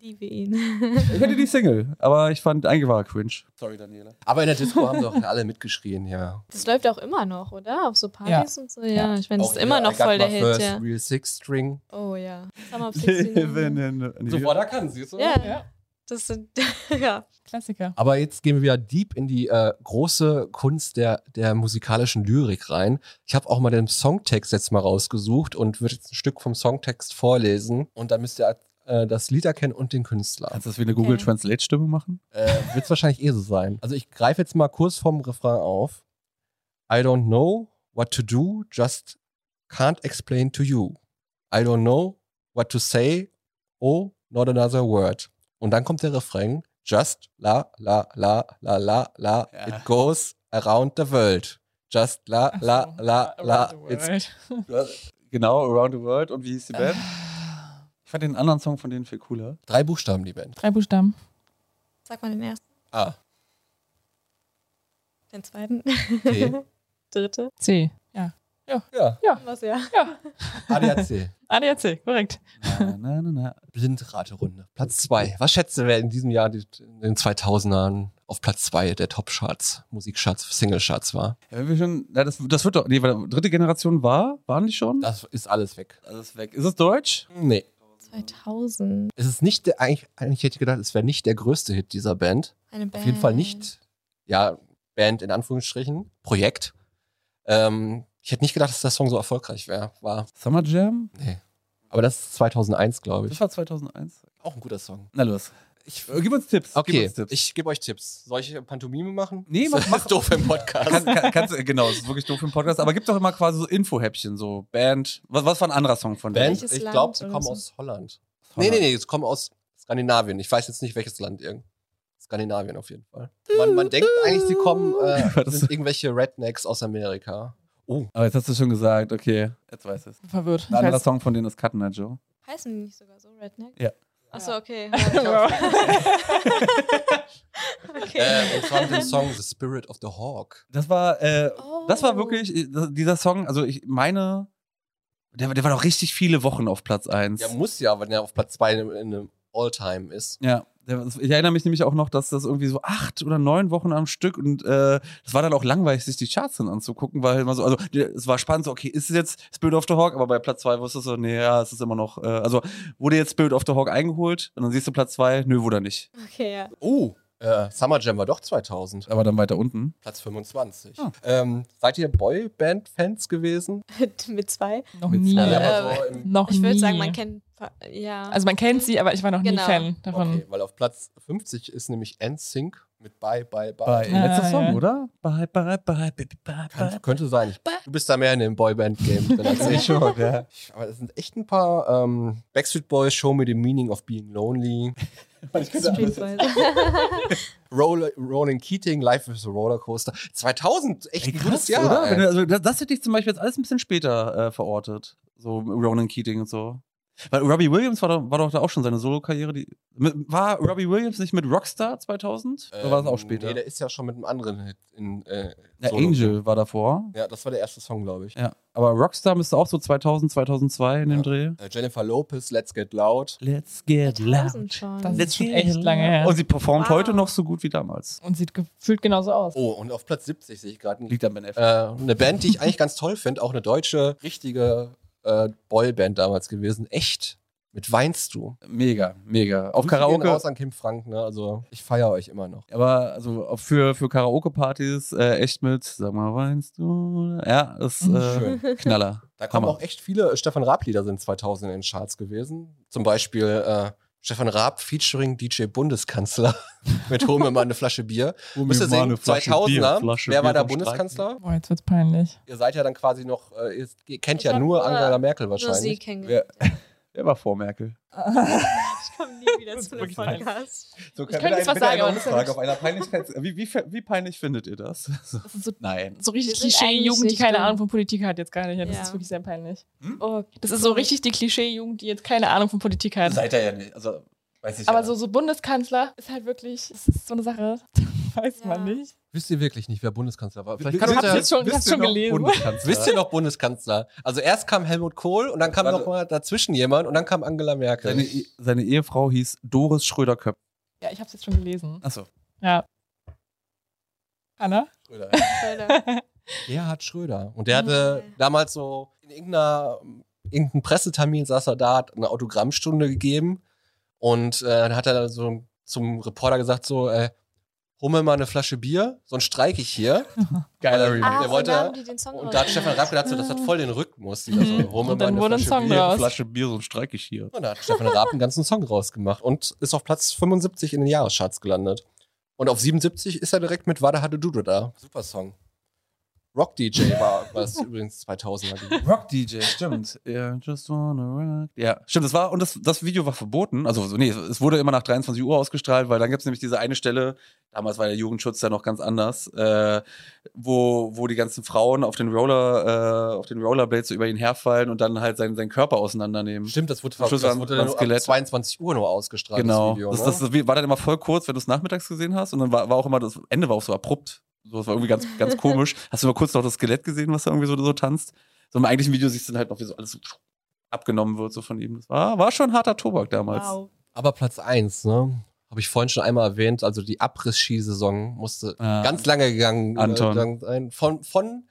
D: Ich liebe ihn.
C: Ich hatte die Single, aber ich fand eigentlich war er cringe. Sorry, Daniela.
A: Aber in der Disco haben doch alle mitgeschrien, ja.
D: Das läuft auch immer noch, oder? Auf so Partys und so. Ja, ich meine, das
A: Auch
D: ist
A: hier,
D: immer
A: I
D: noch
A: got
D: voll der
A: my
D: Hit,
A: first
D: ja.
A: Real Six String.
D: Oh ja. Summer of 69.
C: Living in, nee.
A: So, boah, da kann sie es, oder?
D: Ja,
B: Ja,
D: das sind, ja.
B: Klassiker.
A: Aber jetzt gehen wir wieder deep in die äh, große Kunst der, der musikalischen Lyrik rein. Ich habe auch mal den Songtext jetzt mal rausgesucht und würde jetzt ein Stück vom Songtext vorlesen. Und dann müsst ihr äh, das Lied erkennen und den Künstler.
C: Kannst du das wie eine Google
D: Okay.
C: Translate Stimme machen?
A: Äh, Wird es wahrscheinlich eh so sein. Also ich greife jetzt mal kurz vom Refrain auf. I don't know what to do, just can't explain to you. I don't know what to say, oh, not another word. Und dann kommt der Refrain. Just la la la la la la,
C: Ja.
A: it goes around the world. Just la la la la, it's
B: It's
C: Genau, Around the World und wie
A: Äh.
C: hieß die Band? Ich fand den anderen Song von denen viel cooler.
A: drei Buchstaben die Band.
B: Drei Buchstaben.
D: Sag mal den ersten,
A: A,
D: den zweiten,
A: T,
D: dritte.
B: C. Ja.
A: Ja,
D: Was, ja.
A: ADAC.
B: ADAC, korrekt.
C: Na, na, na, na.
A: Blindraterunde. Platz zwei. Was schätzt du, wer in diesem Jahr, die- in den 2000ern, auf Platz zwei der Top-Charts, Musikcharts, Single-Charts war?
C: Ja, wenn wir schon, na, das, das wird doch, nee, weil dritte Generation war, waren die schon?
A: Das ist alles weg.
C: Alles weg. Ist es deutsch?
A: Nee.
D: 2000.
A: Es ist nicht der, eigentlich, eigentlich hätte ich gedacht, es wäre nicht der größte Hit dieser Band.
D: Eine Band.
A: Auf jeden Fall nicht, ja, Band in Anführungsstrichen, Projekt. Ähm, ich hätte nicht gedacht, dass der Song so erfolgreich wär, war.
C: Summer Jam?
A: Nee. Aber das ist 2001, glaube ich.
C: Das war 2001.
A: Auch ein guter Song.
C: Na los. Ich, äh, gib uns Tipps. Gib
A: Okay,
C: uns Tipps.
A: ich gebe euch Tipps. Soll ich Pantomime machen?
C: Nee, mach-
A: das
C: mach-
A: ist doof im Podcast.
C: Kann, kann, kannst, du- genau, das ist wirklich doof im Podcast, aber gibt doch immer quasi so Infohäppchen, so Band. Was, was war ein anderer Song von
A: Band,
D: Welches
A: ich
D: Land
A: glaube, sie
D: oder
A: kommen
D: so?
A: aus Holland.
C: Holland.
A: Nee, nee, nee, sie kommen aus Skandinavien. Ich weiß jetzt nicht, welches Land. Irgend. Skandinavien auf jeden Fall. Man, man denkt eigentlich, sie kommen,
C: War
A: äh,
C: das
A: sind irgendwelche Rednecks aus Amerika. Oh,
C: Aber jetzt hast du schon gesagt, okay. Jetzt weiß es.
B: Ich bin Verwirrt.
C: Ein anderer Song von denen ist Cutner Joe.
D: Heißen die nicht sogar so Redneck?
C: Ja.
D: Achso, okay. okay.
A: äh, und zwar mit dem Song The Spirit of the Hawk.
C: Das war, äh,
D: Oh.
C: das war wirklich, äh, das- dieser Song, also ich meine, der, der war noch richtig viele Wochen auf Platz 1.
A: Ja, muss ja, wenn er auf Platz 2 in, in einem All-Time ist.
C: Ja, der, ich erinnere mich nämlich auch noch, dass das irgendwie so acht oder neun Wochen am Stück und äh, es war dann auch langweilig, sich die Charts dann anzugucken, weil immer so, also die- es war spannend, so, okay, ist es jetzt Spirit of the Hawk, aber bei Platz zwei wusstest du, nee, ja, es ist immer noch, äh, also wurde jetzt Spirit of the Hawk eingeholt und dann siehst du Platz zwei, nö, wurde er nicht.
D: Okay, ja.
A: Oh, äh, Summer Jam war doch 2000.
C: Aber dann weiter unten.
A: Platz 25.
C: Ah.
A: Ähm, seid ihr Boyband-Fans gewesen?
D: Mit zwei.
B: Noch
C: Mit
B: nie. äh,
C: zwei.
D: Ja.
A: aber so im
B: Noch
D: Ich würde
B: nie.
D: sagen, man kennt. Ja.
B: Also man kennt sie, aber ich war noch nie
D: Genau.
B: Fan davon.
A: Okay, weil auf Platz 50 ist nämlich NSYNC mit Bye Bye
C: Bei
A: Bye.
B: Ja,
C: letzter
B: ja.
C: Song, oder? Bye, bye, bye, baby, bye, bye.
A: Kann, könnte sein. Ich, du bist da mehr in dem Boyband-Game drin als ich.
C: schon, ja.
A: Ich- Aber es sind echt ein paar ähm, Backstreet Boys, Show Me the Meaning of Being Lonely,
D: Street Boys.
A: Roll, Rolling Keating, Life is a Rollercoaster. 2000, echt
C: Ey,
A: ein
C: krass,
A: gutes Jahr.
C: oder?
A: ey.
C: Wenn du, also das, das hätte ich zum Beispiel jetzt alles ein bisschen später äh, verortet. So Ronan Keating und so. Weil Robbie Williams war doch, war doch da auch schon seine Solo-Karriere. die- mit- War Robbie Williams nicht mit Rockstar 2000? Äh, Oder war das
A: Ähm,
C: auch später?
A: Nee, der ist ja schon mit einem anderen Hit. In, äh,
C: ja,
A: Solo.
C: Angel war davor.
A: Ja, das war der erste Song, glaube ich.
C: Ja. Aber Rockstar müsste auch so 2000, 2002 in dem
A: Ja.
C: Dreh.
A: Äh, Jennifer Lopez, Let's Get Loud.
C: Let's get
D: Tausend schon.
B: Das ist schon echt lange her.
C: Und sie performt
D: Wow.
C: heute noch so gut wie damals.
B: Und sieht gefühlt genauso aus.
A: Oh, und auf Platz 70 sehe ich gerade ein
C: Liegt an Ben Affleck.
A: äh, eine Band, die ich eigentlich ganz toll finde, auch eine deutsche, richtige äh, Boyband damals gewesen. Echt. Mit Weinst du.
C: Äh, Mega, mega. Auf
A: Grüße gehen
C: Karaoke.
A: raus an Kim Frank, ne? Also, ich feiere euch immer noch.
C: Aber also auch für, für Karaoke-Partys äh, echt mit, sag mal, weinst du? Ja, ist äh,
A: Schön.
C: Knaller.
A: Da kommen
C: Hammer.
A: auch echt viele äh, Stefan Raab-Lieder sind 2000 in den Charts gewesen. Zum Beispiel äh, Stefan Raab featuring DJ Bundeskanzler mit Hol mir mal eine Flasche Bier. Müsst ihr sehen,
C: ne?
A: 2000er, wer war da Bundeskanzler?
B: Boah, jetzt wird's peinlich.
A: Ihr seid ja dann quasi noch, äh, ihr ihr kennt
D: Ich
A: ja
D: hab
A: nur
D: nur-
A: Angela Merkel
D: Nur sie
A: wahrscheinlich.
D: kennengelernt.
C: Wer war vor Merkel?
D: Ich komme nie wieder zu einem
B: wirklich peinlich.
D: Podcast.
C: So,
B: könnte jetzt was sagen, aber das ist ja nicht-
C: auf einer Peinlichkeit. Wie, wie, wie peinlich findet ihr das?
B: Das ist so,
C: Nein.
B: so richtig
D: Wir sind eigentlich
B: Klischee-Jugend, die keine
D: nicht
B: Ahnung von Politik hat jetzt gar nicht. Ja, das
D: Ja.
B: ist wirklich sehr peinlich.
D: Oh,
B: Das ist so richtig die Klischee-Jugend, die jetzt keine Ahnung von Politik hat.
C: ihr ja nicht. Also, weiß ich
B: Aber so, so Bundeskanzler ist halt wirklich, das ist so eine Sache, weiß
D: Ja.
B: man nicht.
A: Wisst ihr wirklich nicht, wer Bundeskanzler war? Vielleicht
C: Vielleicht
A: kann
C: kann
A: uns
B: Habt ihr
A: ja,
B: jetzt schon, hast schon gelesen?
A: Wisst ihr noch Bundeskanzler? Also erst kam Helmut Kohl und dann kam
C: Äh? Warte.
A: noch mal dazwischen jemand und dann kam Angela Merkel.
C: Seine, E- seine Ehefrau hieß Doris Schröder-Köpp.
B: Ja, ich hab's jetzt schon gelesen.
C: Achso.
B: Ja. Anna?
A: Schröder.
D: Alter.
A: Gerhard Schröder. Und der hatte damals so in irgendeiner, irgendeinem Pressetermin saß er da, hat eine Autogrammstunde gegeben und äh, dann hat er dann so zum Reporter gesagt so, äh, hol mir mal eine Flasche Bier, sonst streike ich hier. Geiler Remake.
D: Ah,
A: Der
D: so
A: wollte-
D: nahmen die den Song
A: Und da hat Stefan Raab gedacht, so, das hat voll den Rhythmus. Dieser so,
B: Mhm.
A: hol mir mal
B: Und dann
A: eine
B: wurde ein
A: Flasche
B: Song
A: Bier.
B: draus.
C: Flasche Bier, so streike ich hier.
A: Und da hat Stefan Raab einen ganzen Song rausgemacht und ist auf Platz 75 in den Jahrescharts gelandet. Und auf 77 ist er direkt mit Wada Hade Dudu da. Super Song. Rock DJ war, war es übrigens 2000er. gewesen.
C: Rock DJ, stimmt. Yeah, just wanna rock. Ja, stimmt. Das war, und das, das Video war verboten. Also, so, nee, es wurde immer nach 23 Uhr ausgestrahlt, weil dann gibt es nämlich diese eine Stelle, damals war der Jugendschutz ja noch ganz anders, äh, wo, wo die ganzen Frauen auf den Roller, äh, auf den Rollerblades so über ihn herfallen und dann halt seinen, seinen Körper auseinandernehmen.
A: Stimmt, das wurde,
C: Mhm. Am Schluss
A: das
C: war-
A: wurde
C: war
A: dann nur ab
C: Skelett.
A: 22 Uhr nur ausgestrahlt,
C: Genau.
A: das Video.
C: das,
A: ne?
C: das, das war dann immer voll kurz, wenn du es nachmittags gesehen hast. Und dann war, war auch immer, das Ende war auch so abrupt. So, das war irgendwie ganz, ganz komisch. Hast du mal kurz noch das Skelett gesehen, was da irgendwie so, so tanzt? So im eigentlichen Video siehst du dann halt noch, wie so alles so abgenommen wird, so von ihm. Das war, war schon harter Tobak damals.
B: Wow.
A: Aber Platz 1, ne? Habe ich vorhin schon einmal erwähnt. Also die Abriss-Ski-Saison musste
C: Ah.
A: ganz lange gegangen äh,
C: Anton.
A: lang sein. Von, von,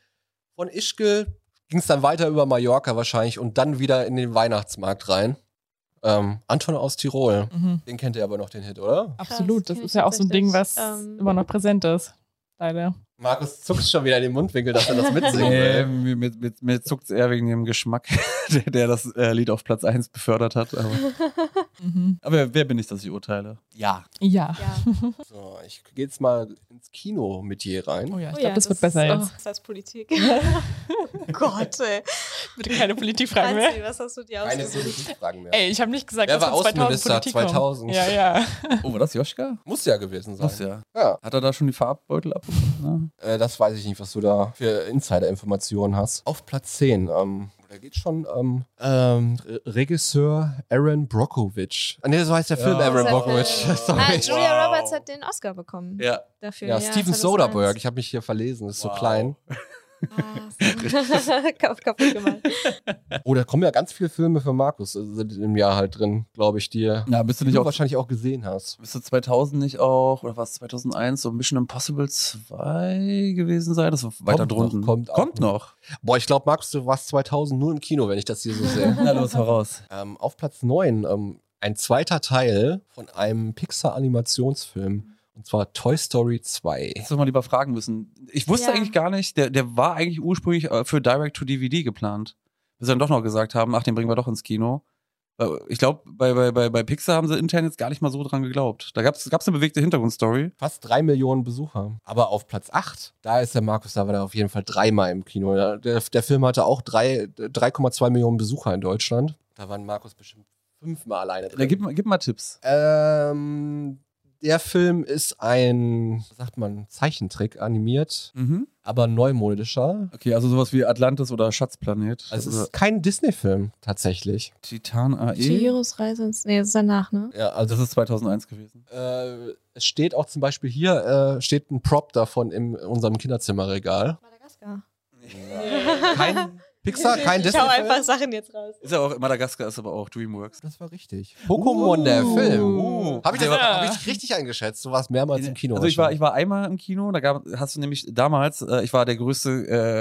A: von Ischgl ging es dann weiter über Mallorca wahrscheinlich und dann wieder in den Weihnachtsmarkt rein. Ähm, Anton aus Tirol.
B: Mhm.
A: Den kennt ihr aber noch, den Hit, oder?
B: Absolut.
D: kenn
B: das ist
D: ich
B: ja auch so ein Ding, was
D: tatsächlich. Ähm,
B: immer noch präsent ist. Leider.
A: Markus zuckt schon wieder in den Mundwinkel, dass er das mitsingen
C: Nee,
A: will.
C: mir, mir, mir, mir zuckt es eher wegen dem Geschmack, der, der das äh, Lied auf Platz 1 befördert hat. Aber,
B: Mhm.
C: aber wer, wer bin ich, dass ich urteile? Ja.
B: Ja.
D: Ja.
A: So, ich gehe jetzt mal ins Kino mit dir rein.
B: Oh ja, ich
D: Oh
B: glaube,
D: ja,
B: das, wird besser
D: ist,
B: jetzt.
D: Oh, das heißt Politik. Oh Gott, ey.
B: Bitte keine Politikfragen mehr.
D: Franzi, was hast du dir
A: Keine
D: ausgesucht?
A: Politikfragen mehr.
B: Ey, ich habe nicht gesagt,
A: Wer
B: dass
A: war
B: von 2000
A: Außenminister
B: Politik kommt.
A: 2000?
B: Ja, ja.
C: Oh, war das Joschka?
A: Muss ja gewesen sein.
C: Muss ja.
A: ja.
C: Hat er da schon die Farbbeutel ab? Ne?
A: Äh, das weiß ich nicht, was du da für Insider-Informationen hast. Auf Platz 10, ähm, da geht schon ähm, ähm, Re- Regisseur Aaron Brockovich. Ah, nee, so heißt der
C: Ja.
A: Film Aaron
D: Das
A: Brockovich.
D: heißt, äh,
A: Sorry.
D: Ah, Julia
C: Wow.
D: Roberts hat den Oscar bekommen
C: Ja.
D: dafür.
A: ja, Steven
D: 2001.
A: Soderbergh, ich habe mich hier verlesen, ist so
C: Wow.
A: klein.
D: Ah, Kap kaputt gemacht.
A: Oh, da kommen ja ganz viele Filme für Markus äh, sind im Jahr halt drin, glaube ich, die
C: Na, bist du
A: du
C: nicht auch.
A: wahrscheinlich auch gesehen hast.
C: Bist du 2000 nicht auch, oder war es 2001, so Mission Impossible 2 gewesen sein? Das war weiter
A: noch,
C: drunten.
A: kommt auch
C: kommt noch.
A: Boah, ich glaube, Markus, du warst 2000 nur im Kino, wenn ich das hier so sehe.
C: Na los, heraus.
A: Ähm, auf Platz 9 ähm, ein zweiter Teil von einem Pixar-Animationsfilm. Und zwar Toy Story 2.
C: Hättest du mal lieber fragen müssen. Ich wusste
D: Ja.
C: eigentlich gar nicht, der, der war eigentlich ursprünglich äh, für Direct-to-DVD geplant. Bis sie dann doch noch gesagt haben, ach, den bringen wir doch ins Kino. Äh, Ich glaube, bei, bei, bei, bei Pixar haben sie intern jetzt gar nicht mal so dran geglaubt. Da gab es eine bewegte Hintergrundstory.
A: Fast drei Millionen Besucher. Aber auf Platz 8, da ist der Markus, da war der auf jeden Fall dreimal im Kino. Der, der Film hatte auch drei- 3,2 Millionen Besucher in Deutschland. Da waren Markus bestimmt fünfmal alleine
C: Da,
A: drin.
C: gib, mal- gib mal Tipps.
A: ähm, der Film ist ein, was sagt man, Zeichentrick animiert,
C: Mhm.
A: aber neumodischer.
C: Okay, also sowas wie Atlantis oder Schatzplanet.
A: Also es ist kein Disney-Film tatsächlich.
C: Titan AE.
D: Chihiros Reise ins. Nee, das ist danach, ne?
A: Ja, also
C: Das ist 2001 gewesen.
A: Äh, es steht auch zum Beispiel hier, äh, steht ein Prop davon in unserem Kinderzimmerregal.
D: Madagaskar.
A: Kein Pixar, kein
D: ich
A: Disney.
D: hau einfach Sachen jetzt raus.
C: Ist ja auch, Madagaskar ist aber auch DreamWorks.
A: Das war richtig. Pokémon, der Film.
C: Uh.
A: Habe ich, das-
B: Ja.
A: hab ich richtig eingeschätzt? Du warst mehrmals im Kino.
C: Also ich war, ich war einmal im Kino, da gab, hast du nämlich damals, äh, ich war der größte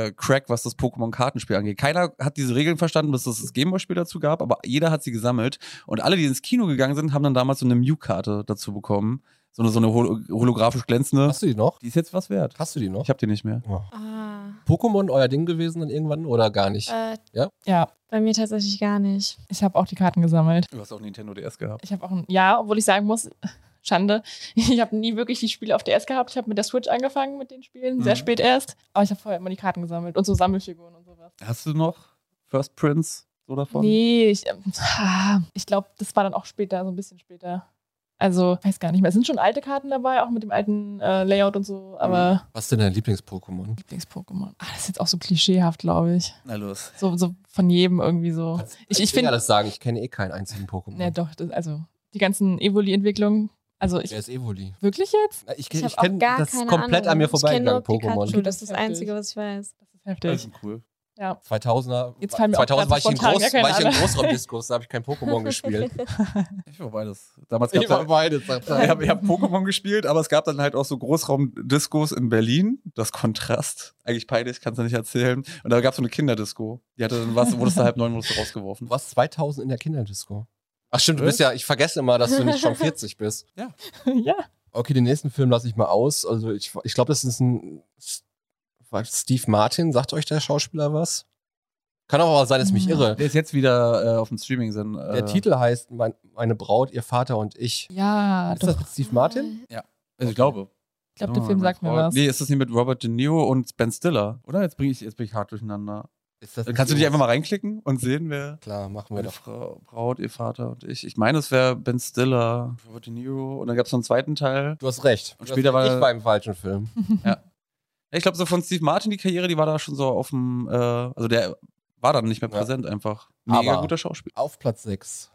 C: äh, Crack, was das Pokémon-Kartenspiel angeht. Keiner hat diese Regeln verstanden, bis es das Gameboy-Spiel dazu gab, aber jeder hat sie gesammelt. Und alle, die ins Kino gegangen sind, haben dann damals so eine Mew-Karte dazu bekommen. So eine, so eine hol holographisch glänzende.
A: Hast du die noch?
C: Die ist jetzt was wert.
A: Hast du die noch?
C: Ich habe die nicht mehr.
D: Ah,
A: Pokémon euer Ding gewesen dann irgendwann oder gar nicht?
D: äh,
B: Ja,
D: bei mir tatsächlich gar nicht.
B: ich habe auch die Karten gesammelt.
C: Du hast auch Nintendo DS gehabt.
B: Ich habe auch ein Ja, obwohl ich sagen muss, Schande. Ich habe nie wirklich die Spiele auf DS gehabt. Ich habe mit der Switch angefangen mit den Spielen, sehr
C: Mhm.
B: spät erst. Aber ich habe vorher immer die Karten gesammelt und so Sammelfiguren und sowas.
C: Hast du noch First Prince so davon?
B: Nee, ich, ähm, ah, ich glaube, das war dann auch später, so ein bisschen später. Also, weiß gar nicht mehr. Es sind schon alte Karten dabei, auch mit dem alten äh, Layout und so, aber
A: Was ist denn dein Lieblings-Pokémon?
B: Lieblings-Pokémon. Ah, das ist jetzt auch so klischeehaft, glaube ich.
C: Na los.
B: So, so von jedem irgendwie so. Ich, ich
A: will
B: finde.
A: alles sagen, ich kenne eh keinen einzigen Pokémon.
B: Ja, doch, das, also die ganzen Evoli-Entwicklungen. Also, ich.
A: Wer ist Evoli?
B: Wirklich jetzt?
A: Na, Ich,
D: Ich,
A: ich,
D: hab
A: kenne
D: auch gar
A: das
D: keine
A: komplett
D: Ahnung.
A: an mir
D: Ich kenn nur
A: vorbeigegangen,
D: Pikachu,
A: Pokémon.
D: das ist das Einzige, was ich weiß.
B: Das ist heftig.
C: cool.
B: Ja.
A: 2000er,
B: Jetzt fallen mir auch
A: 2000 war
B: gerade
A: ich in
B: spontan
A: Groß-
B: gar keine
A: war ich in
B: andere.
A: Großraumdiskos, da habe ich kein Pokémon gespielt.
C: Ich war beides. Damals gab's
A: Ich war
C: ja-
A: beides. sagt
C: Ich
A: er.
C: habe hab Pokémon gespielt, aber es gab dann halt auch so Großraumdiscos in Berlin. Das Kontrast. Eigentlich peinlich, kannst du nicht erzählen. Und da gab es so eine Kinderdisco. Die hatte dann was, wurdest du halb neun wurdest du
A: Du
C: rausgeworfen.
A: warst 2000 in der Kinderdisco. Ach stimmt, du
C: Äh?
A: bist ja, ich vergesse immer, dass du nicht schon 40 bist.
B: ja.
A: Okay, den nächsten Film lasse ich mal aus. Also ich, ich glaube, das ist ein S- war Steve Martin. Sagt euch der Schauspieler was? Kann auch aber sein, dass ich mich
B: Hm.
A: irre.
C: Der ist jetzt wieder äh, auf dem Streaming sind. Äh,
A: Der Titel heißt mein, Meine Braut, ihr Vater und ich.
B: Ja,
A: Ist
B: doch.
A: das mit Steve Martin?
C: Also ich glaube. Oh,
B: Ich glaube, der Film sagt mir was.
C: ne? Nee, ist das nicht mit Robert De Niro und Ben Stiller? Oder? Jetzt bringe ich, jetzt bring ich hart durcheinander.
A: Ist das
C: Kannst du dich einfach mal reinklicken und sehen, wer.
A: Klar, machen wir
C: Meine
A: doch.
C: Frau, Braut, ihr Vater und ich. Ich meine, es wäre Ben Stiller, Robert De Niro. Und dann gab es noch einen zweiten Teil.
A: Du hast recht.
C: Und
A: Du
C: später
A: hast
C: war-
A: recht. ich war im falschen Film.
C: Ich glaube, so von Steve Martin, die Karriere, die war da schon so auf dem, äh, also der war dann nicht mehr
A: Ja.
C: präsent einfach. Mega
A: Aber-
C: guter Schauspieler.
A: Auf Platz 6.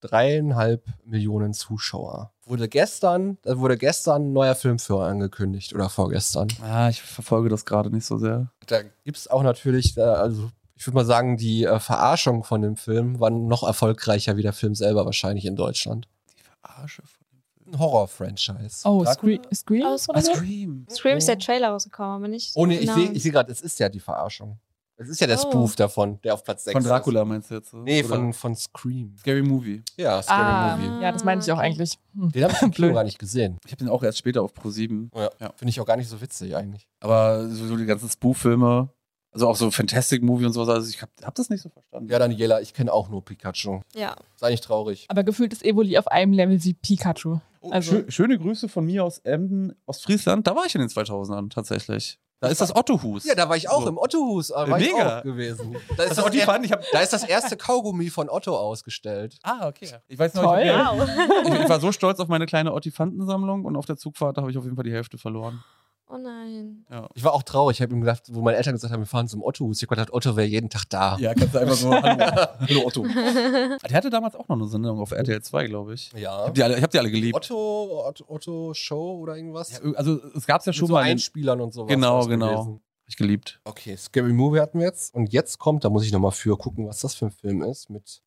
A: Dreieinhalb Millionen Zuschauer. Wurde gestern, da wurde gestern ein neuer Film für angekündigt oder vorgestern.
C: Ah, ich verfolge das gerade nicht so sehr.
A: Da gibt es auch natürlich, äh, also ich würde mal sagen, die äh, Verarschung von dem Film war noch erfolgreicher wie der Film selber wahrscheinlich in Deutschland.
C: Die Verarsche von dem Film.
A: Ein Horror-Franchise.
B: Oh,
A: Dracula?
B: Scree Scream?
D: Aus-
B: oder
C: Ah,
B: so?
C: Scream.
D: Scream ist der Trailer rausgekommen, aber nicht.
A: Oh nee, ich
D: genau.
A: sehe ich seh gerade, es ist ja die Verarschung. Es ist ja der
D: Oh.
A: Spoof davon, der auf Platz 6
C: Von
A: ist.
C: Dracula meinst du jetzt? so?
A: Nee,
C: Oder
A: von, von Scream.
C: Scary Movie.
A: Ja, Scary
B: Ah,
A: Movie.
B: ja, das meinte ich auch
D: Okay.
B: eigentlich. Hm.
A: Den habe ich im Kino
B: Blöd.
A: gar nicht gesehen.
C: Ich habe den auch erst später auf Pro 7.
A: Ja.
C: Ja.
A: Finde ich auch gar nicht so witzig eigentlich.
C: Aber so so die ganzen Spoof-Filme, also auch so Fantastic Movie und sowas, also ich hab, hab das nicht so verstanden.
A: Ja, Daniela, ich kenne auch nur Pikachu.
D: Ja.
A: Sei nicht traurig.
B: Aber gefühlt ist Evoli auf einem Level wie Pikachu.
C: Oh,
B: also-
C: schö- schöne Grüße von mir aus Emden, aus Friesland. Da war ich in den 2000ern tatsächlich. Da ist das Ottohus.
A: Ja, da war ich auch
C: So.
A: im Ottohus, äh, war ich
C: Mega.
A: auch gewesen. Da ist
C: Das
A: das,
C: war die
A: er,
C: Fun, ich hab,
A: da ist das erste Kaugummi von Otto ausgestellt.
C: Ah, okay. Ich weiß noch,
B: Toll.
C: Ich,
D: Wow.
C: ich, ich war so stolz auf meine kleine Ottifantensammlung und auf der Zugfahrt habe ich auf jeden Fall die Hälfte verloren.
D: Oh nein.
C: Ja,
A: Ich war auch traurig. Ich habe ihm gedacht, wo meine Eltern gesagt haben, wir fahren zum Ottohus. Ich habe gedacht, Otto wäre jeden Tag da.
C: ja kannst du einfach so. Hallo, Hallo Otto. Der hatte damals auch noch eine Sendung auf RTL 2, glaube ich. Ich
A: Ja.
C: habe die, alle- ich hab die alle geliebt.
A: Otto, Otto, Otto Show oder irgendwas?
C: Ja, also es gab es ja
A: Mit
C: schon
A: so
C: mal. den-
A: Einspielern und sowas.
C: Genau,
A: war's
C: genau.
A: gewesen.
C: Hab ich geliebt.
A: Okay, Scary Movie hatten wir jetzt. Und jetzt kommt, da muss ich nochmal für gucken, was das für ein Film ist. Mit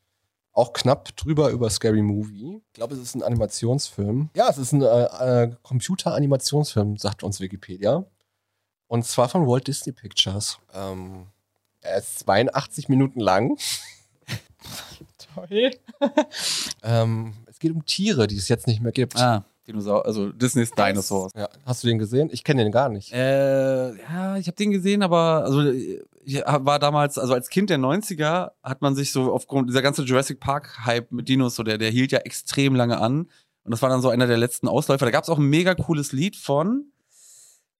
A: auch knapp drüber über Scary Movie. Ich glaube, es ist ein Animationsfilm. Ja, es ist ein äh, äh, Computer-Animationsfilm, sagt uns Wikipedia. Und zwar von Walt Disney Pictures. Ähm, er ist 82 Minuten lang.
B: Toll.
A: Ähm, es geht um Tiere, die es jetzt nicht mehr gibt.
C: Ah, Dinosaur, also Disney's Dinosaurs.
A: Ja, hast du den gesehen? Ich kenne den gar nicht.
C: Äh, ja, ich habe den gesehen, aber also ich war damals, also als Kind der 90er hat man sich so aufgrund dieser ganze Jurassic Park Hype mit Dinos so der der hielt ja extrem lange an und das war dann so einer der letzten Ausläufer. Da gab es auch ein mega cooles Lied von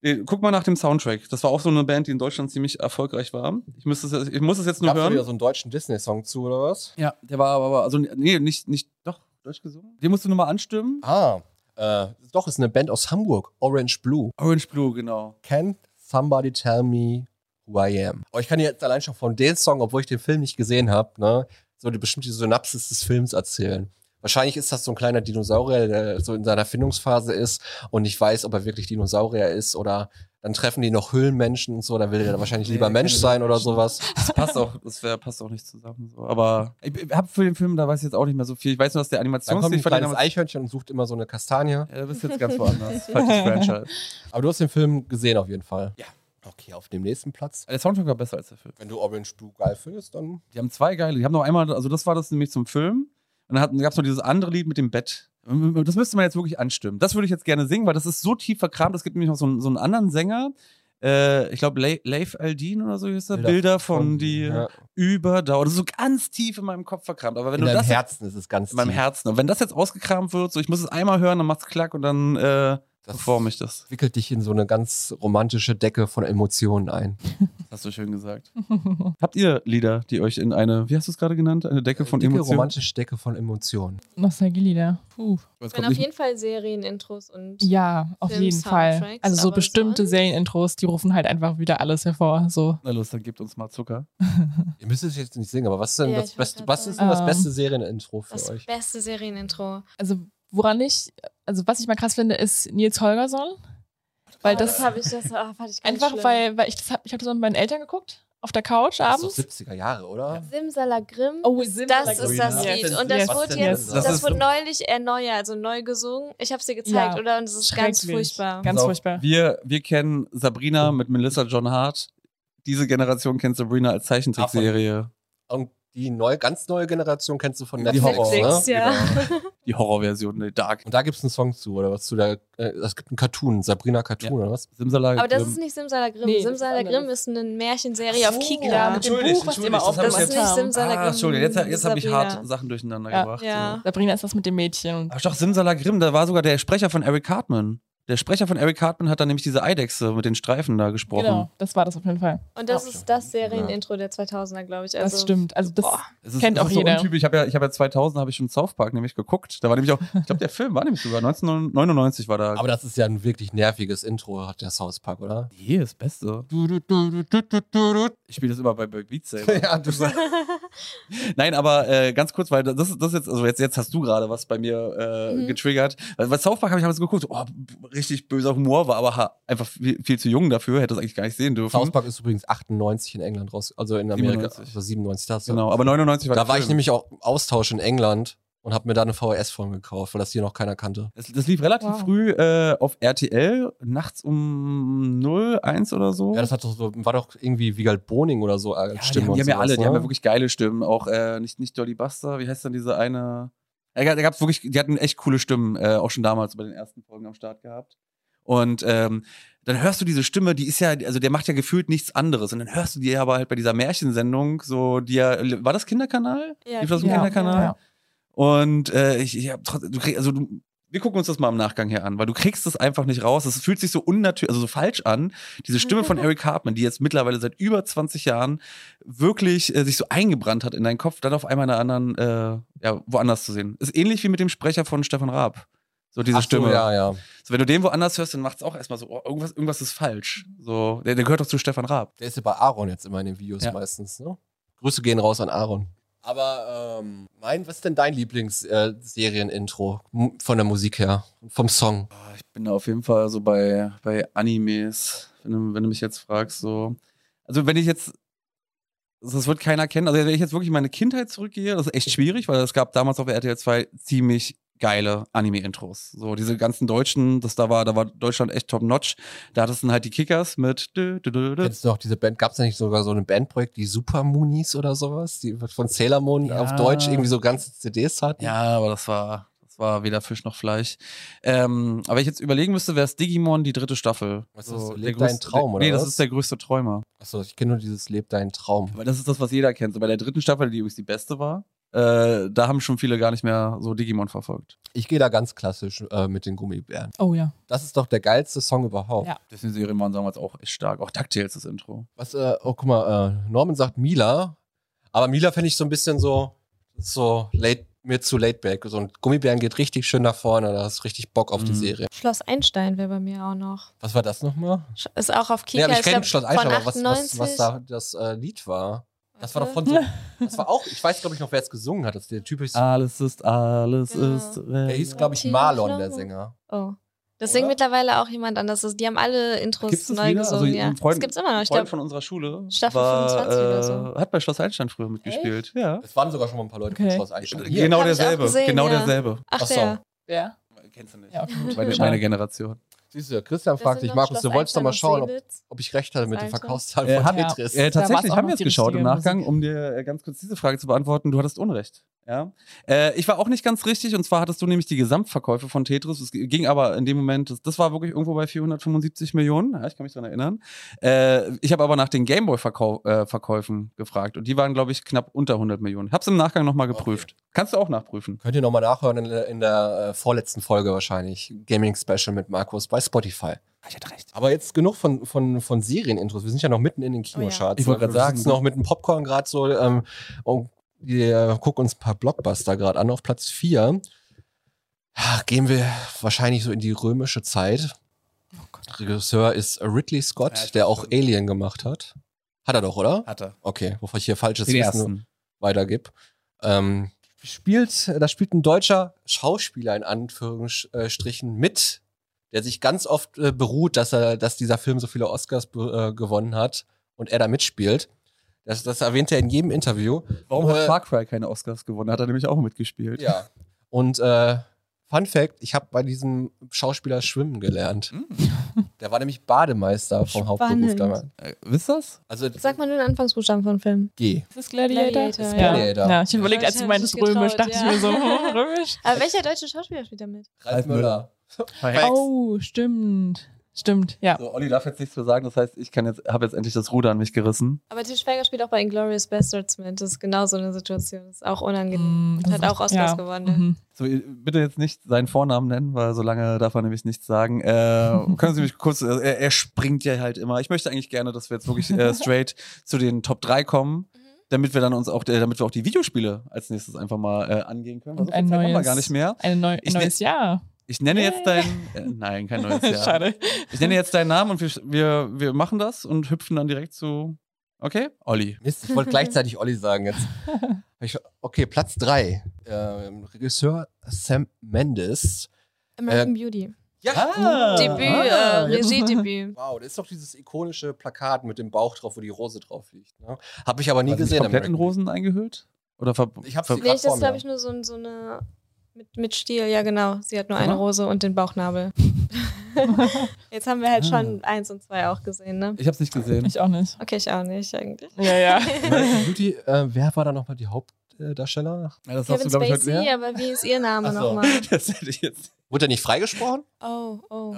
C: äh, Guck mal nach dem Soundtrack. Das war auch so eine Band, die in Deutschland ziemlich erfolgreich war. Ich, müsste es, jetzt- ich muss es jetzt nur
A: Gab es
C: hören.
A: wieder so einen deutschen Disney-Song zu oder was?
C: Ja, der war aber, aber- also nee, nicht, nicht, doch, deutsch gesungen. Den musst du nochmal anstimmen.
A: Ah, äh, doch, ist eine Band aus Hamburg. Orange Blue.
C: Orange Blue, genau.
A: Can somebody tell me who I am? Aber ich kann dir jetzt allein schon von dem Song, obwohl ich den Film nicht gesehen habe, ne, so die bestimmte Synapsis des Films erzählen. Wahrscheinlich ist das so ein kleiner Dinosaurier, der so in seiner Findungsphase ist und ich weiß, ob er wirklich Dinosaurier ist oder dann treffen die noch Höhlenmenschen und so, dann will er wahrscheinlich
C: Nee,
A: lieber
C: keine
A: Mensch sein oder
C: Höhlenmenschen.
A: sowas.
C: Das passt auch, das wär, passt auch nicht zusammen. So. Aber ich habe für den Film, da weiß ich jetzt auch nicht mehr so viel. Ich weiß nur, dass der
A: Dann kommt
C: Animationsstil
A: ein
C: von der
A: kleines Eichhörnchen und sucht immer so eine Kastanie.
C: Ja, du bist jetzt ganz woanders. Falsches Franchise.
A: Aber du hast den Film gesehen auf jeden Fall.
C: Ja.
A: Okay, auf dem nächsten Platz.
C: Der Soundtrack war besser als der Film.
A: Wenn du Orange Blue geil findest, dann
C: Die haben zwei geile. Die haben noch einmal, also das war das nämlich zum Film. Und dann gab es noch dieses andere Lied mit dem Bett. Das müsste man jetzt wirklich anstimmen. Das würde ich jetzt gerne singen, weil das ist so tief verkramt. Es gibt nämlich noch so einen, so einen anderen Sänger. Äh, ich glaube, Le- Leif Aldin oder so hieß er. Bilder, von die
A: ja.
C: Überdauer. Das ist so ganz tief in meinem Kopf verkramt. Aber wenn
A: in
C: du
A: deinem
C: das
A: Herzen ist es ganz
C: in meinem
A: tief.
C: Herzen. Und wenn das jetzt ausgekramt wird, so ich muss es einmal hören, dann macht's klack und dann äh,
A: Das-
C: perform ich das.
A: wickelt dich in so eine ganz romantische Decke von Emotionen ein.
C: Das hast du schön gesagt. Habt ihr Lieder, die euch in eine, wie hast du es gerade genannt, eine Decke von Emotionen?
A: romantische Decke von Emotionen.
B: Nostalgielieder. Puh.
C: Das
D: Ich bin
C: kommt
D: auf
C: nicht-
D: jeden Fall Serienintros und
B: Ja, auf
D: Film
B: jeden Fall.
D: Soundtracks,
B: Also so
D: aber
B: bestimmte
D: sonst?
B: Serienintros, die rufen halt einfach wieder alles hervor. So.
C: Na los, dann gebt uns mal Zucker.
A: Ihr müsst es jetzt nicht singen, aber was ist denn
D: Ja,
A: das
D: ich wollte
A: beste,
D: gerade Ähm,
A: was ist denn das
B: sagen.
A: beste Serienintro für
D: das
A: euch?
D: beste Serienintro.
B: Also woran ich, also was ich mal krass finde, ist Nils Holgersson. Weil
D: Oh,
B: das,
D: habe ich das ah, fand ich ganz
B: einfach,
D: schlimm.
B: weil, weil ich das hab, ich habe das mit meinen Eltern geguckt, auf der Couch
A: Das
B: abends.
A: ist doch 70er Jahre, oder?
D: Simsalagrim.
B: Oh,
D: Das
B: Simsalabim.
D: ist das
B: Yes.
D: Lied. Und das
B: Yes.
D: wurde
B: Yes.
D: jetzt,
A: Das
D: das,
C: ist-
D: wurde neulich erneuert, also neu gesungen. Ich habe es dir gezeigt,
B: Ja.
D: oder? Und es ist ganz
B: Schrecklich.
D: furchtbar.
B: Ganz
C: Also,
B: furchtbar.
C: Wir, wir kennen Sabrina mit Melissa John Hart. Diese Generation kennt Sabrina als Zeichentrickserie.
A: Und die neu, ganz neue Generation kennst du von
C: Die
A: Netflix,
C: Horror, Genau.
A: ne?
D: Netflix, ja.
C: Die Horrorversion, ne, Dark.
A: Und da gibt es einen Song zu, oder was zu der, äh, es gibt einen Cartoon, Sabrina Cartoon,
C: Ja.
A: oder was?
C: Simsalabim.
D: Aber das ist nicht Simsalagrim.
B: Nee, das ist
D: Simsalagrim
B: anderes.
D: ist eine Märchenserie auf
B: Oh, ja,
D: Kika.
B: mit dem Buch, was die immer
C: Entschuldigung, das
D: Das
C: hab
B: aufgemacht
C: ich
D: ist
C: jetzt-
D: nicht
B: haben.
D: Simsalagrim.
C: Ah, Entschuldigung, jetzt, jetzt habe ich
D: Sabrina.
C: hart Sachen durcheinander
B: Ja.
C: gebracht.
D: Ja.
B: Sabrina ist das mit dem Mädchen. Und
C: Ach doch, Simsalagrim, da war sogar der Sprecher von Eric Cartman. Der Sprecher von Eric Cartman hat dann nämlich diese Eidechse mit den Streifen da gesprochen.
B: genau, das war das auf jeden Fall.
D: Und das
A: Ach,
D: ist das Serienintro der 2000er, glaube ich. Also,
B: das stimmt. Also das,
D: Boah.
C: Es ist,
B: Kennt
C: es
B: auch
C: ist
B: jeder.
C: So untypisch. ich habe ja, ich hab ja 2000 habe ich schon South Park nämlich geguckt. Da war nämlich auch, ich glaube, der Film war nämlich sogar 1999 war da.
A: Aber das ist ja ein wirklich nerviges Intro, hat der South Park, oder?
C: nee, das Beste. Ich spiele das immer bei, bei Beat Saber.
A: ja, du sagst.
C: Nein, aber äh, ganz kurz, weil das ist das ist jetzt, also jetzt, jetzt hast du gerade was bei mir äh,
D: Mhm.
C: getriggert. Weil, weil South Park habe ich damals geguckt, so, oh, b- richtig böser Humor war, aber ha- einfach viel, viel zu jung dafür, hätte das eigentlich gar nicht sehen dürfen.
A: South Park ist übrigens 98 in England raus, also in Amerika,
C: 97.
A: also 97 das.
C: Genau, aber 99 war
A: Da
C: der
A: war ich
C: Film.
A: nämlich auch im Austausch in England und habe mir da eine VHS-Form gekauft, weil das hier noch keiner kannte.
C: Das, das lief relativ
B: Wow.
C: früh äh, auf RTL, nachts um 0, 1 oder so.
A: Ja, das hat doch so, war doch irgendwie Wiegald Boning oder so als
C: Oh. Ja,
A: Stimme.
C: Die haben, die
A: und
C: haben ja
A: sowas,
C: alle, die
A: ne?
C: haben ja wirklich geile Stimmen. Auch äh, nicht, nicht Dolly Buster, wie heißt denn diese eine? Da gab- da gab's wirklich, die hatten echt coole Stimmen, äh, auch schon damals bei den ersten Folgen am Start gehabt. Und ähm, dann hörst du diese Stimme, die ist ja, also der macht ja gefühlt nichts anderes. Und dann hörst du die aber halt bei dieser Märchensendung, so, die ja, war das Kinderkanal?
D: Ja,
C: Lief das im
D: ja.
C: Kinderkanal?
B: Ja.
C: Und äh, ich, ich hab trotzdem, du krieg, also du, wir gucken uns das mal im Nachgang hier an, weil du kriegst das einfach nicht raus. Es fühlt sich so unnatürlich, also so falsch an. Diese Stimme von Eric Hartman, die jetzt mittlerweile seit über 20 Jahren wirklich äh, sich so eingebrannt hat in deinen Kopf, dann auf einmal in einer anderen, äh, ja, woanders zu sehen. Ist ähnlich wie mit dem Sprecher von Stefan Raab. So diese
A: Ach so,
C: Stimme.
A: Ja, ja.
C: So, wenn du den woanders hörst, dann macht es auch erstmal so, oh, irgendwas, irgendwas ist falsch. So, der, der gehört doch zu Stefan Raab.
A: Der ist ja bei Aaron jetzt immer in den Videos
C: Ja.
A: meistens, ne? Grüße gehen raus an Aaron. Aber ähm, mein, was ist denn dein Lieblingsserienintro M- von der Musik her, vom Song?
C: Ich bin da auf jeden Fall so bei, bei Animes, wenn du, wenn du mich jetzt fragst, so. Also wenn ich jetzt, also das wird keiner kennen, also wenn ich jetzt wirklich in meine Kindheit zurückgehe, das ist echt schwierig, weil es gab damals auf RTL 2 ziemlich geile Anime-Intros. So diese ganzen Deutschen, das da war, da war Deutschland echt top-notch. Da hattest du halt die Kickers mit dü, dü, dü, dü.
A: Kennst du noch diese Band? Gab es nicht sogar so ein Bandprojekt, die Super Moonies oder sowas, die von Sailor Moon
C: Ja.
A: auf Deutsch irgendwie so ganze CDs hatten?
C: Ja, aber das war, das war weder Fisch noch Fleisch. Ähm, aber wenn ich jetzt überlegen müsste, wäre es Digimon die dritte Staffel.
A: Was ist das? Lebt dein Traum, oder
C: Nee, das
A: was?
C: ist der größte Träumer.
A: Achso, ich kenne nur dieses Leb deinen Traum.
C: Weil das ist das, was jeder kennt. So bei der dritten Staffel, die übrigens die beste war, äh, da haben schon viele gar nicht mehr so Digimon verfolgt.
A: Ich gehe da ganz klassisch äh, mit den Gummibären.
B: Oh ja.
A: Das ist doch der geilste Song überhaupt.
B: Ja.
C: Deswegen Serien waren damals auch echt stark. Auch DuckTales das Intro.
A: Was, äh, oh, guck mal, äh, Norman sagt Mila, aber Mila fände ich so ein bisschen so, so late, mir zu laid back. So ein Gummibären geht richtig schön nach vorne, da hast du richtig Bock auf die
C: Mhm.
A: Serie.
D: Schloss Einstein wäre bei mir auch noch.
A: Was war das nochmal?
D: Sch- Ist auch auf
A: Nee,
D: Kika.
A: aber ich kenne
D: glaub,
A: Schloss Einstein,
D: von
A: aber was, was,
D: 98.
A: was da das äh, Lied war. Das
D: Mhm.
A: war doch von so,
B: Warte.
A: das war auch, ich weiß glaube ich noch, wer es gesungen hat. Das ist der typisch,
C: Alles ist, alles
D: Genau.
C: ist.
A: der hieß glaube ich
D: Tiere
A: Marlon, der
D: schlagen.
A: Sänger.
D: Oh. Das singt
A: Oder?
D: mittlerweile auch jemand anders. Das- Die haben alle Intros
C: Gibt's das
D: neu
C: wieder? Also,
D: gesungen. ja.
C: ein Freund-
D: das gibt's immer noch.
C: Ein
D: Ich
C: Freund
D: glaube,
C: von unserer Schule
D: Staffel
C: war,
D: 25 oder
C: äh, hat bei Schloss Einstein früher mitgespielt. Ja.
A: Es waren sogar schon mal ein paar Leute von
B: Okay.
A: Schloss Einstein. Hier.
C: Genau
D: Hab ich auch
C: derselbe.
D: gesehen,
C: genau
D: ja.
C: derselbe.
D: ach,
A: Ach so.
D: der.
B: Ja.
C: Kennst du nicht.
B: Ja, okay, gut.
C: Meine,
B: Schade.
C: meine Generation.
A: Siehst du, Christian
D: Das
A: fragt
D: sind
A: dich,
D: noch
A: Markus, du
D: Schloss
A: wolltest doch mal
D: Einstein
A: schauen,
D: und
A: ob,
D: Seelitz.
A: ob ich recht hatte mit den
D: Alter.
A: Verkaufszahlen
C: Äh,
A: von
C: hab-
A: Tetris.
C: Äh,
B: Da war's
C: tatsächlich
B: auch
C: haben wir
B: noch
C: es
B: die
C: geschaut im
B: richtige
C: Nachgang,
B: Musik.
C: um dir äh, ganz kurz diese Frage zu beantworten. Du hattest Unrecht. Ja? Äh, ich war auch nicht ganz richtig und zwar hattest du nämlich die Gesamtverkäufe von Tetris. Es ging aber in dem Moment, das, das war wirklich irgendwo bei 475 Millionen. Ja, ich kann mich daran erinnern. Äh, ich habe aber nach den Gameboy-Verkäufen gefragt und die waren, glaube ich, knapp unter 100 Millionen. Hab's im Nachgang nochmal geprüft. Kannst du auch nachprüfen.
A: Könnt ihr nochmal nachhören in, der- in der äh, vorletzten Folge wahrscheinlich. Gaming Special mit Markus bei Spotify.
B: Ah,
C: Ich hatte recht.
A: Aber jetzt genug von, von, von Serienintros. Wir sind ja noch mitten in den Kinocharts.
C: Ich wollte gerade sagen,
A: Wir sitzen noch mit dem Popcorn gerade so ähm, und wir gucken uns ein paar Blockbuster gerade an. Auf Platz 4 gehen wir wahrscheinlich so in die römische Zeit. Regisseur ist Ridley Scott,
C: Ja, ich
A: der
C: weiß
A: auch
C: schon.
A: Alien gemacht hat. Hat er doch, oder?
C: Hatte.
A: Okay, bevor ich hier falsches
C: Den
A: Wissen
C: ersten.
A: weitergib. Ähm, spielt, da spielt ein deutscher Schauspieler in Anführungsstrichen mit, der sich ganz oft äh, beruht, dass er, dass dieser Film so viele Oscars be- äh, gewonnen hat und er da mitspielt. Das, das erwähnt er in jedem Interview.
C: Warum hat
A: Äh,
C: Far Cry keine Oscars gewonnen? Hat er nämlich auch mitgespielt.
A: Ja. Und äh, Fun Fact: Ich habe bei diesem Schauspieler schwimmen gelernt.
C: Hm.
A: Der war nämlich Bademeister vom Hauptberuf
D: Spannend.
A: damals.
C: Äh, wisst ihr das?
A: Also
D: Sag mal nur den Anfangsbuchstaben von Film.
A: G.
B: Ist es Gladiator?
D: Gladiator,
B: Ist
D: ja.
A: Gladiator.
B: Ja, ich habe überlegt, als
D: Ich
B: du
D: hab
B: meintest
D: mich getraut,
B: römisch, dachte ich
D: ja.
B: mir so, hm, römisch?
D: Aber welcher deutsche Schauspieler spielt da mit?
A: Ralf Müller.
B: Oh, stimmt. Stimmt, ja.
C: So, Olli darf jetzt nichts mehr sagen, das heißt, ich kann jetzt, habe jetzt endlich das Ruder an mich gerissen.
D: Aber Til Schweiger spielt auch bei Inglourious Bastards mit. Das ist genau so eine Situation. Das ist auch unangenehm.
B: Mm,
D: Und Genau. hat auch Oscars gewonnen. ne?
B: Mhm.
C: So, ihr- bitte jetzt nicht seinen Vornamen nennen, weil so lange darf er nämlich nichts sagen. Äh, können Sie mich kurz, äh, er, er springt ja halt immer. Ich möchte eigentlich gerne, dass wir jetzt wirklich äh, straight zu den Top 3 kommen,
B: Mhm.
C: damit wir dann uns auch, äh, damit wir auch die Videospiele als nächstes einfach mal äh, angehen können. weil
B: Und ein
C: Zeit haben wir
B: neues-
C: gar nicht mehr.
B: Eine neu, ein
C: Ich
B: neues Jahr.
C: Ich nenne jetzt deinen, äh, nein, kein neues Jahr.
B: Schade.
C: Ich nenne jetzt deinen Namen und wir, wir, wir machen das und hüpfen dann direkt zu, okay, Olli.
A: Mist, ich wollte gleichzeitig Olli sagen jetzt. Hab Ich, okay, Platz 3. Ähm, Regisseur Sam Mendes.
D: Äh, American Beauty.
A: Ja.
D: Debüt,
C: ah,
D: äh, Regiedebüt.
A: Wow, da ist doch dieses ikonische Plakat mit dem Bauch drauf, wo die Rose drauf liegt. Ne? Habe ich aber nie
C: War sie Also
A: gesehen.
C: nicht Komplett
A: American
C: in Rosen eingehüllt? Oder ver
A: Ich hab's
C: ver
A: nicht.
D: Nee,
A: Grad
D: das
A: vor
D: ist,
A: mir.
D: glaube ich, nur so, ein- so eine. Mit, mit Stiel, ja, genau. Sie hat nur
C: Guck
D: eine
C: mal.
D: Rose und den Bauchnabel. Jetzt haben wir halt
C: Ah.
D: schon eins und zwei auch gesehen, ne?
C: Ich hab's nicht gesehen.
B: Ich auch nicht.
D: Okay, ich auch nicht eigentlich.
B: Ja, ja.
A: Beauty. American Beauty, äh, wer war da nochmal die Hauptdarsteller?
C: Ja, das
D: Kevin
C: glaub heute
D: Spacey, aber wie ist ihr Name
A: Ach so.
D: nochmal?
C: Das hätte ich jetzt.
A: Wurde er nicht freigesprochen?
D: Oh, oh.
C: Oh.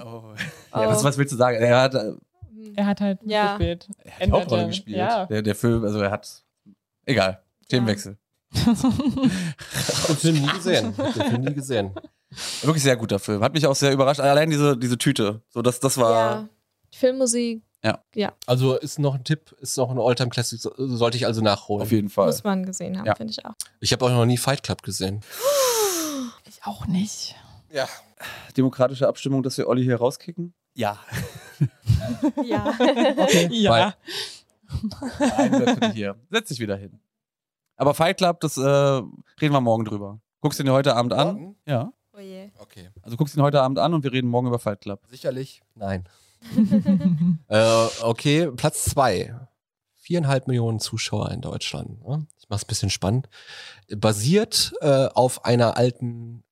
D: oh.
C: Ja, was, was willst du sagen? Er hat, äh,
D: Hm.
B: Er hat halt
D: Ja.
B: mitgespielt.
C: er hat die
B: Änderte.
C: Hauptrolle gespielt.
B: Ja.
C: Der, der Film, also er hat. Egal. Themenwechsel.
A: Ich hab den Film nie gesehen. Ich hab den Film nie gesehen.
C: Wirklich sehr guter Film. Hat mich auch sehr überrascht. Allein diese, diese Tüte. So, das, das war.
D: Ja. Filmmusik
A: Also ist noch ein Tipp, ist noch ein Alltime Classic, so- sollte ich also nachholen.
C: Auf jeden Fall.
D: muss man gesehen haben,
C: Ja.
D: finde ich auch.
A: Ich habe auch noch nie Fight Club gesehen.
B: Ich auch nicht.
A: Ja.
C: Demokratische Abstimmung, dass wir Olli hier rauskicken? Ja.
D: Ja.
B: Ja.
C: Nein, bleib bitte hier. Setz dich wieder hin. Aber Fight Club, das äh, reden wir morgen drüber. Guckst ihn dir heute Abend an? Ja.
D: Oh je.
A: Okay.
C: Also guckst ihn heute Abend an und wir reden morgen über Fight Club.
A: Sicherlich. Nein. Äh, okay, Platz zwei. Viereinhalb Millionen Zuschauer in Deutschland. Ne? Ich mach's ein bisschen spannend. Basiert äh, auf einer alten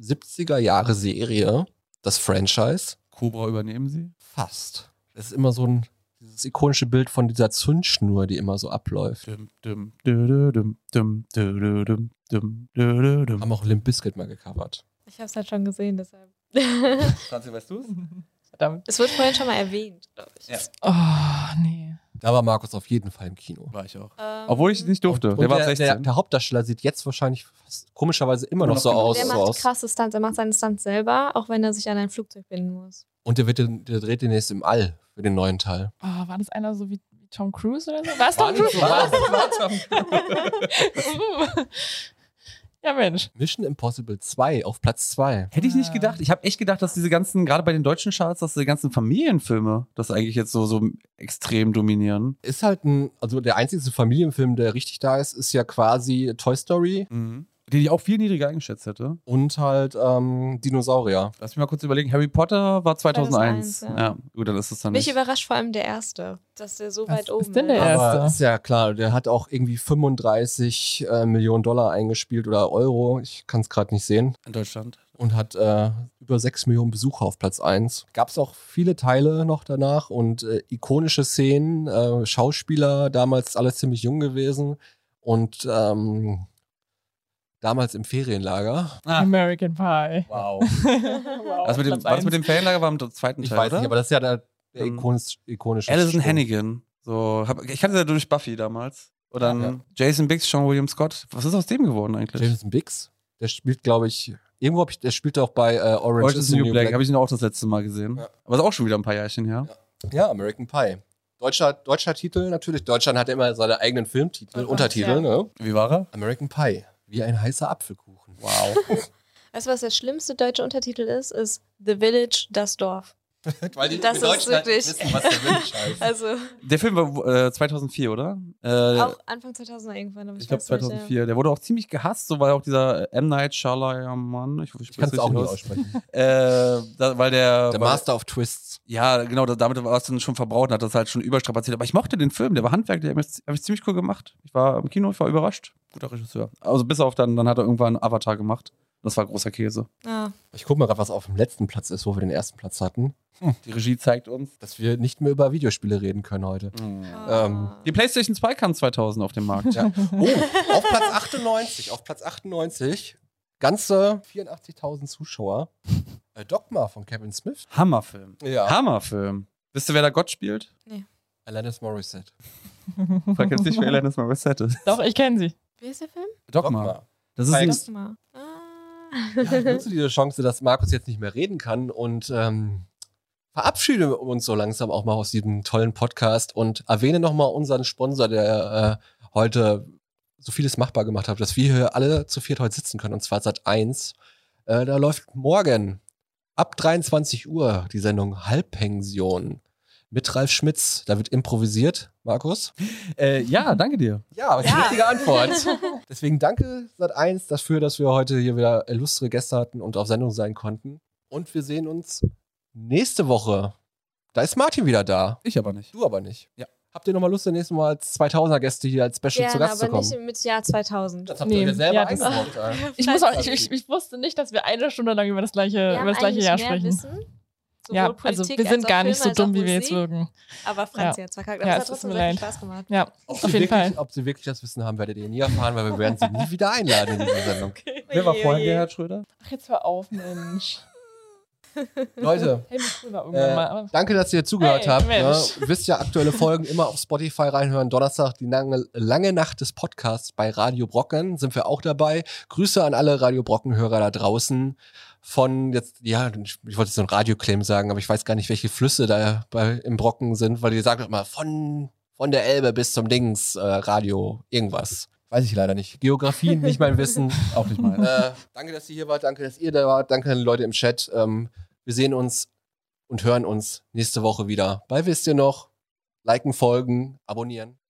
A: 70er-Jahre-Serie, das Franchise.
C: Cobra übernehmen sie?
A: Fast. Das ist immer so ein dieses ikonische Bild von dieser Zündschnur, die immer so abläuft.
C: Dum, dum, dü, dum, dum, dü, dum, dum, dü, dum.
A: Haben auch Limp Bizkit mal gecovert.
D: Ich habe es halt schon gesehen, deshalb.
C: Franzi, weißt du es?
B: Verdammt.
D: Es wird vorhin schon mal erwähnt, glaube ich.
C: Ja.
B: Oh, nee.
A: Da war Markus auf jeden Fall im Kino.
C: War ich auch.
D: Ähm,
C: Obwohl ich es nicht durfte.
A: Und
C: der war ab
A: Der,
C: 16.
A: der Hauptdarsteller sieht jetzt wahrscheinlich fast, komischerweise immer noch so
C: Immer noch
A: aus.
D: Der
A: so
D: macht
A: aus.
D: krasse Stunts. Er macht seinen Stunt selber, auch wenn er sich an ein Flugzeug binden muss.
A: Und der, wird, den- der dreht demnächst im All für den neuen Teil.
B: Oh, war das einer so wie wie Tom Cruise oder so? War es Tom
A: War nicht
B: Cruise?
A: so, war-
B: ja, Mensch.
A: Mission Impossible 2 auf Platz 2.
C: Hätte ich nicht gedacht. Ich habe echt gedacht, dass diese ganzen, gerade bei den deutschen Charts, dass diese ganzen Familienfilme das eigentlich jetzt so, so extrem dominieren.
A: Ist halt ein, also der einzige Familienfilm, der richtig da ist, ist ja quasi Toy Story
C: Den ich auch viel niedriger eingeschätzt hätte.
A: und halt ähm, Dinosaurier.
C: Lass mich mal kurz überlegen. Harry Potter war
D: 2001,
C: 2001. ja.
D: ja.
C: gut, dann ist das dann
D: Mich
C: nicht.
D: überrascht vor allem der erste, dass der so
B: Was
D: weit
B: ist
D: oben
B: denn der erste?
A: Aber ist ja klar, der hat auch irgendwie 35 äh, Millionen Dollar eingespielt oder Euro, ich kann es gerade nicht sehen,
C: in Deutschland.
A: und hat äh, über 6 Millionen Besucher auf Platz 1. Gab es auch viele Teile noch danach und äh, ikonische Szenen, äh, Schauspieler, damals alle ziemlich jung gewesen und ähm, damals im Ferienlager.
C: Ah,
B: American Pie.
A: Wow.
B: Wow,
C: was mit dem,
B: Platz
C: was mit
B: eins.
C: dem Fanlager war im zweiten
A: Ich
C: Teil,
A: weiß
C: oder?
A: nicht, aber das ist ja der, der
C: Ähm,
A: ikonisch, ikonische.
C: Alison
A: Sprung.
C: Hannigan. So, hab, ich kannte sie ja durch Buffy damals. Oder dann
A: Ja, ja.
C: Jason Biggs, Sean William Scott. Was ist aus dem geworden eigentlich?
A: Jameson Biggs, der spielt, glaube ich, irgendwo, hab ich, der spielt auch bei äh, Orange,
C: Orange is the New Black, habe ich ihn auch das letzte Mal gesehen.
A: Ja.
C: Aber ist auch schon wieder ein paar Jährchen her.
A: Ja, American Pie. Deutscher, deutscher Titel natürlich. Deutschland hat ja immer seine eigenen Filmtitel,
D: Oh,
A: Untertitel.
D: ja.
A: Ne?
C: Wie war er?
A: American Pie, wie ein heißer Apfelkuchen.
C: Wow.
D: Weißt du, was der schlimmste deutsche Untertitel ist? Ist The Village, das Dorf.
A: Weil die
D: Das
A: in
D: ist
A: Deutschland
D: wirklich-
A: wissen, was der Wunsch heißt.
D: Also
C: der Film war äh, 2004, oder? Äh,
D: auch Anfang 2000 irgendwann. Aber
C: ich glaube
D: weiß nicht,
C: 2004. Der wurde auch ziemlich gehasst, so weil auch dieser M. Night Shyamalan, ich hoffe, ich
A: Ich kann
C: spreche
A: es
C: es
A: auch
C: richtig
A: nicht
C: aus.
A: aussprechen.
C: Äh, da, weil der,
A: Der
C: weil-
A: Master of Twists.
C: Ja, genau, da- damit war es dann schon verbraucht und hat das halt schon überstrapaziert. Aber ich mochte den Film, der war handwerklich, der hat mich ziemlich cool gemacht. Ich war im Kino, ich war überrascht. Guter Regisseur. Also bis auf dann, dann hat er irgendwann Avatar gemacht. Das war großer Käse.
D: Ja. Ah,
A: Ich gucke mal gerade, was auf dem letzten Platz ist, wo wir den ersten Platz hatten.
C: Die Regie zeigt uns.
A: Dass wir nicht mehr über Videospiele reden können heute.
C: Mhm.
D: ah.
C: Die PlayStation 2 kam 2000 auf den Markt.
A: Ja. Oh, auf Platz 98, auf Platz 98, ganze 84.000 Zuschauer. Äh, Dogma von Kevin Smith.
C: Hammerfilm.
A: Ja.
C: Hammerfilm. Wisst ihr, wer da Gott spielt?
A: Alanis Morissette.
C: Vergesst nicht, wer Alanis Morissette ist.
B: Doch, ich kenne sie.
D: Wie ist der Film?
C: Dogma. Das ist
A: Zeig-
C: ein,
D: Das mal. Ah.
A: Ja, ich nutze diese Chance, dass Markus jetzt nicht mehr reden kann und ähm, verabschiede uns so langsam auch mal aus diesem tollen Podcast und erwähne nochmal unseren Sponsor, der äh, heute so vieles machbar gemacht hat, dass wir hier alle zu viert heute sitzen können, und zwar seit 1. Äh, da läuft morgen ab 23 Uhr die Sendung Halbpension mit Ralf Schmitz. Da wird improvisiert, Markus.
C: äh, ja, danke dir.
A: Ja, aber ist die richtige Antwort. Deswegen danke Sat1 dafür, dass wir heute hier wieder illustre Gäste hatten und auf Sendung sein konnten. Und wir sehen uns nächste Woche. Da ist Martin wieder da.
C: Ich aber nicht.
A: Du aber nicht.
C: Ja.
A: Habt ihr nochmal Lust, das nächste Mal als 2000er-Gäste hier als Special zu
D: Gerne,
A: Gast zu
D: aber
A: kommen?
D: nicht mit Jahr 2000.
A: das habt
B: Nee,
A: ihr ja selber
B: ja, das-
A: eingebrockt, Alter.
B: Ich, muss auch, ich, ich, ich wusste nicht, dass wir eine Stunde lang über das gleiche,
D: Wir
B: über
D: haben
B: das gleiche
D: eigentlich
B: Jahr
D: mehr
B: sprechen.
D: Wissen, sowohl
B: ja,
D: Politik
B: also wir
D: als
B: sind
D: auch
B: gar nicht
D: Filme,
B: so
D: als auch
B: dumm, wie wir jetzt
D: Musik.
B: wirken.
D: Aber Franzi hat's verkackt. Aber
B: Ja,
D: es hat
B: es tut
D: trotzdem
B: mir
D: sehr viel
B: leid.
D: Spaß gemacht.
B: Ja,
A: Ob
B: auf
A: sie
B: jeden
A: wirklich,
B: Fall.
A: Ob sie wirklich das wissen, haben werdet ihr nie erfahren, weil wir werden sie nie wieder einladen in diese Sendung.
C: Wer war
D: Oje,
C: vorhin
D: oje.
C: der Herr Schröder?
B: Ach, jetzt hör auf, Mensch.
A: Leute,
B: Helmut Kohl war irgendwann
A: äh,
B: mal. Aber
A: danke, dass ihr zugehört
B: Hey,
A: habt. Ne?
B: Mensch.
A: Wisst ja, aktuelle Folgen immer auf Spotify reinhören. Donnerstag, die lange, lange Nacht des Podcasts bei Radio Brocken sind wir auch dabei. Grüße an alle Radio Brocken-Hörer da draußen. Von jetzt, ja, ich wollte jetzt so ein Radioclaim sagen, aber ich weiß gar nicht, welche Flüsse da bei, im Brocken sind, weil ihr sagt immer von, von der Elbe bis zum Dings, äh, Radio, irgendwas. Weiß ich leider nicht. Geografie, nicht mein Wissen.
C: Auch nicht mal.
A: äh, danke, dass ihr hier wart. Danke, dass ihr da wart. Danke an die Leute im Chat. Ähm, wir sehen uns und hören uns nächste Woche wieder. Bei Wisst ihr noch? Liken, folgen, abonnieren.